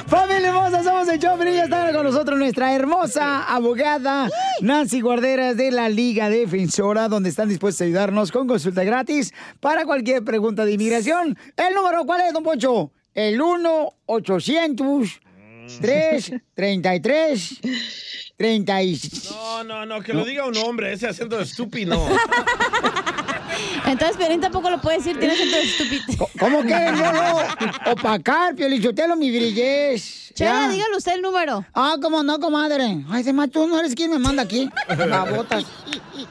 Speaker 1: Familia hermosa, somos el Choplin y está con nosotros nuestra hermosa abogada Nancy Guarderas de la Liga Defensora, donde están dispuestos a ayudarnos con consulta gratis para cualquier pregunta de inmigración. ¿El número cuál es, don Poncho? El 1 800 3, 33, 36.
Speaker 2: No, no, no, que lo diga un hombre, ese acento de estúpido. no.
Speaker 8: Entonces, Piolín tampoco lo puede decir, tiene acento de estúpido.
Speaker 1: ¿Cómo quieren luego opacar, Piolichotelo, mi brillez?
Speaker 8: Chela,
Speaker 1: Ya.
Speaker 8: dígale usted el número.
Speaker 1: Ah, cómo no, comadre. Ay, además tú no eres quien me manda aquí. Babotas.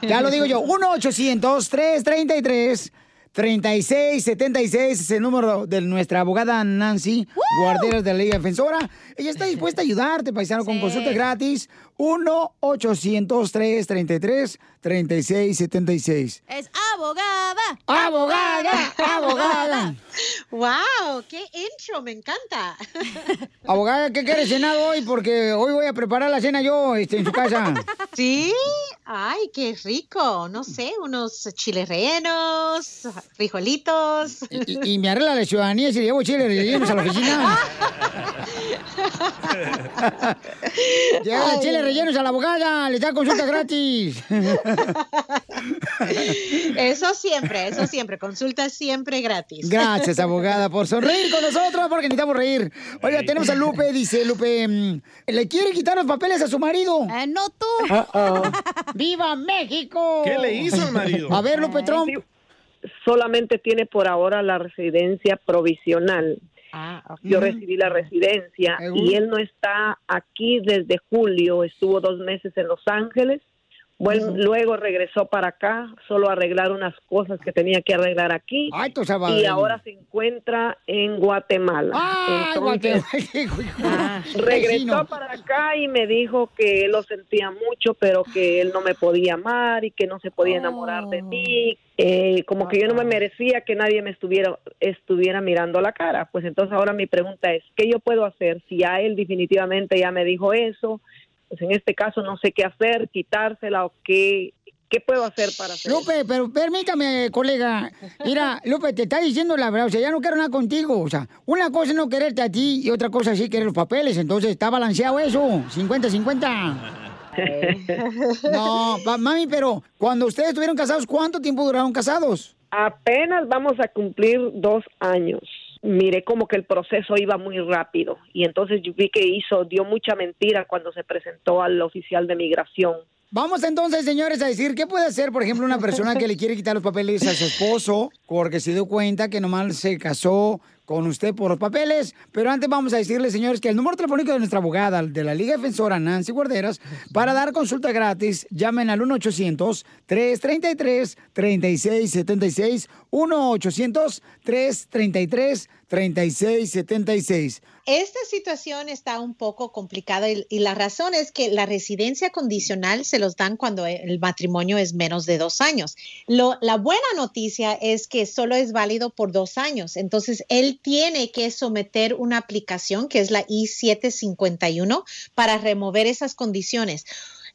Speaker 1: Ya lo digo yo. 1-800-333-3676 es el número de nuestra abogada Nancy Guarderas de la Liga Defensora. Ella está dispuesta a ayudarte, paisano, con consulta gratis. 1-800-333-3676.
Speaker 8: Es abogada.
Speaker 1: Abogada, abogada.
Speaker 18: ¡Wow! ¡Qué intro! Me encanta.
Speaker 1: Abogada, ¿qué quieres cenar hoy? Porque hoy voy a preparar la cena yo este, en su casa.
Speaker 18: Sí, ay, qué rico. No sé, unos chiles rellenos, frijolitos.
Speaker 1: Y, y me arregla la ciudadanía si le llevo chile rellenos a la oficina. Lleva
Speaker 18: Ay.
Speaker 1: chile rellenos a la abogada, le da consulta gratis.
Speaker 18: Eso siempre, eso siempre. Consulta siempre gratis.
Speaker 1: Gracias, abogada, por sonreír con nosotros, porque necesitamos reír. Oiga, tenemos a Lupe, dice Lupe, mm, le quiere quitar los papeles a su marido.
Speaker 8: Eh, no tú.
Speaker 1: ¡Viva México!
Speaker 19: ¿Qué le hizo al marido?
Speaker 1: A ver, Lupe Trump.
Speaker 19: Solamente tiene por ahora la residencia provisional. Yo
Speaker 1: Ah,
Speaker 18: Ujú.
Speaker 19: recibí la residencia
Speaker 18: Seguro.
Speaker 19: y él no está aquí desde julio. Estuvo dos meses en Los Ángeles. Bueno, Luego regresó para acá, solo a arreglar unas cosas que tenía que arreglar aquí.
Speaker 1: tú
Speaker 19: y
Speaker 1: salvadoreño.
Speaker 19: ahora se encuentra en Guatemala.
Speaker 1: Ay,
Speaker 19: Entonces,
Speaker 1: Guatemala.
Speaker 19: Regresó para acá y me dijo que él lo sentía mucho, pero que él no me podía amar y que no se podía enamorar de mí. Eh, como que yo no me merecía que nadie me estuviera, estuviera mirando la cara. Pues entonces ahora mi pregunta es, ¿qué yo puedo hacer si a él definitivamente ya me dijo eso? Pues en este caso no sé qué hacer, quitársela o qué, qué puedo hacer para hacer
Speaker 1: Lupe, pero permítame, colega. Mira, Lupe, te está diciendo la verdad. O sea, ya no quiero nada contigo. O sea, una cosa es no quererte a ti y otra cosa sí querer los papeles. Entonces, está balanceado eso. 50-50. No, pa- mami, pero cuando ustedes estuvieron casados, ¿cuánto tiempo duraron casados?
Speaker 19: Apenas vamos a cumplir dos años. Miré como que el proceso iba muy rápido y entonces yo vi que hizo, dio mucha mentira cuando se presentó al oficial de migración.
Speaker 1: Vamos entonces, señores, a decir qué puede hacer, por ejemplo, una persona que le quiere quitar los papeles a su esposo porque se dio cuenta que nomás se casó con usted por los papeles. Pero antes vamos a decirle, señores, que el número telefónico de nuestra abogada de la Liga Defensora, Nancy Guarderas, para dar consulta gratis, llamen al 1-800-333-3676, 1-800-333-3676.
Speaker 18: Esta situación está un poco complicada y, y la razón es que la residencia condicional se los dan cuando e, el matrimonio es menos de dos años. Lo- la buena noticia es que solo es válido por dos años. Entonces, él tiene que someter una aplicación que es la I-751 para remover esas condiciones.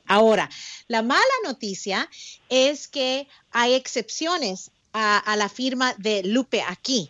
Speaker 18: Ahora, la mala noticia es que hay excepciones a, a la firma de Lupe aquí.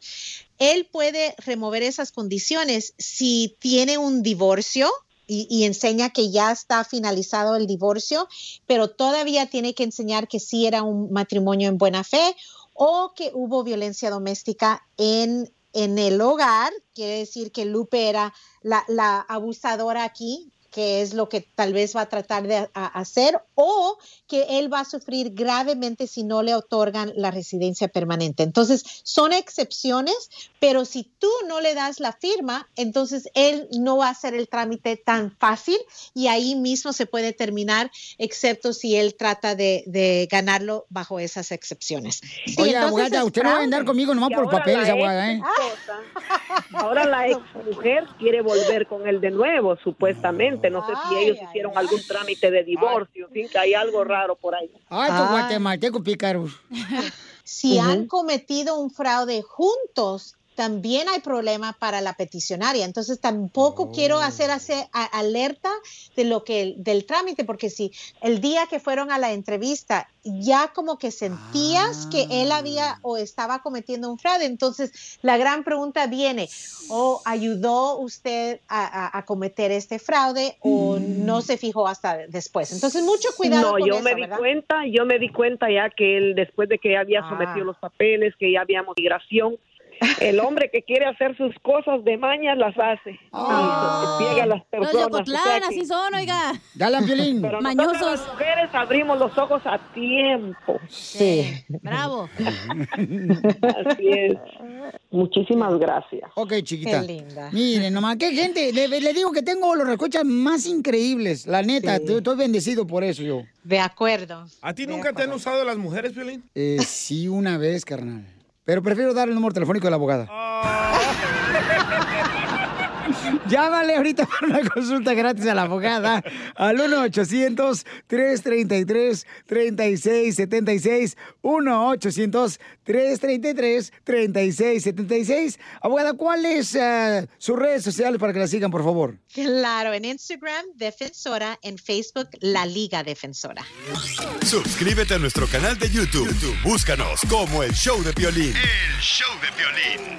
Speaker 18: Él puede remover esas condiciones si tiene un divorcio y, y enseña que ya está finalizado el divorcio, pero todavía tiene que enseñar que sí era un matrimonio en buena fe o que hubo violencia doméstica en, en el hogar. Quiere decir que Lupe era la, la abusadora aquí, que es lo que tal vez va a tratar de a- hacer, o que él va a sufrir gravemente si no le otorgan la residencia permanente. Entonces, son excepciones, pero si tú no le das la firma, entonces él no va a hacer el trámite tan fácil y ahí mismo se puede terminar, excepto si él trata de, de ganarlo bajo esas excepciones. Sí,
Speaker 1: Oye,
Speaker 18: entonces
Speaker 1: abogada,
Speaker 18: es
Speaker 1: usted no va a
Speaker 18: fraude.
Speaker 1: andar conmigo nomás por papeles, abogada, ¿eh?
Speaker 19: Ahora la ex mujer quiere volver con él de nuevo, supuestamente. No sé si ellos hicieron algún trámite de divorcio, sin que hay algo raro por ahí.
Speaker 1: Ay, tu
Speaker 18: Ay.
Speaker 1: guatemalteco pícaros.
Speaker 18: Si
Speaker 1: Ujú.
Speaker 18: han cometido un fraude juntos, también hay problema para la peticionaria. Entonces tampoco
Speaker 19: Oh.
Speaker 18: quiero hacer, hace- a- alerta de lo que del trámite, porque si el día que fueron a la entrevista ya como que sentías que él
Speaker 19: Ah.
Speaker 18: había o estaba cometiendo un fraude, entonces la gran pregunta viene: ¿O ayudó usted a, a- a cometer este fraude o no se fijó hasta después? Entonces Pues mucho cuidado.
Speaker 19: Mm. No,
Speaker 18: con
Speaker 19: yo
Speaker 18: eso,
Speaker 19: me di
Speaker 18: ¿verdad? Ah.
Speaker 19: cuenta, yo me di cuenta ya que él, después de que había sometido los papeles, que ya había migración, El hombre que quiere hacer sus cosas de mañas las hace.
Speaker 18: Ah.
Speaker 19: Y se ciega a las personas.
Speaker 8: Los
Speaker 19: o
Speaker 8: de
Speaker 19: sea
Speaker 8: Ocotlán,
Speaker 19: que-
Speaker 8: así son, oiga.
Speaker 19: Pero nosotras
Speaker 8: Mañosos.
Speaker 19: las mujeres abrimos los ojos a tiempo.
Speaker 1: Sí.
Speaker 8: Bravo.
Speaker 19: Así es. Muchísimas gracias.
Speaker 1: Ok, chiquita.
Speaker 19: Qué linda.
Speaker 1: Miren, nomás, qué gente. Le, le digo que tengo los recochas más increíbles. La neta, estoy, estoy bendecido por eso yo.
Speaker 18: De acuerdo.
Speaker 2: ¿A ti nunca te han usado las mujeres, Violín?
Speaker 1: Eh, sí, una vez, carnal. Pero prefiero dar el número telefónico de la abogada. Llámale ahorita para una consulta gratis a la abogada al 1-800-333-3676. 1-800-333-3676. Abogada, ¿cuáles eh, sus redes sociales para que la sigan, por favor?
Speaker 18: Claro, en Instagram, Defensora, en Facebook, La Liga Defensora.
Speaker 6: Suscríbete a nuestro canal de YouTube. YouTube, Búscanos como el show de Piolín.
Speaker 13: El show de violín.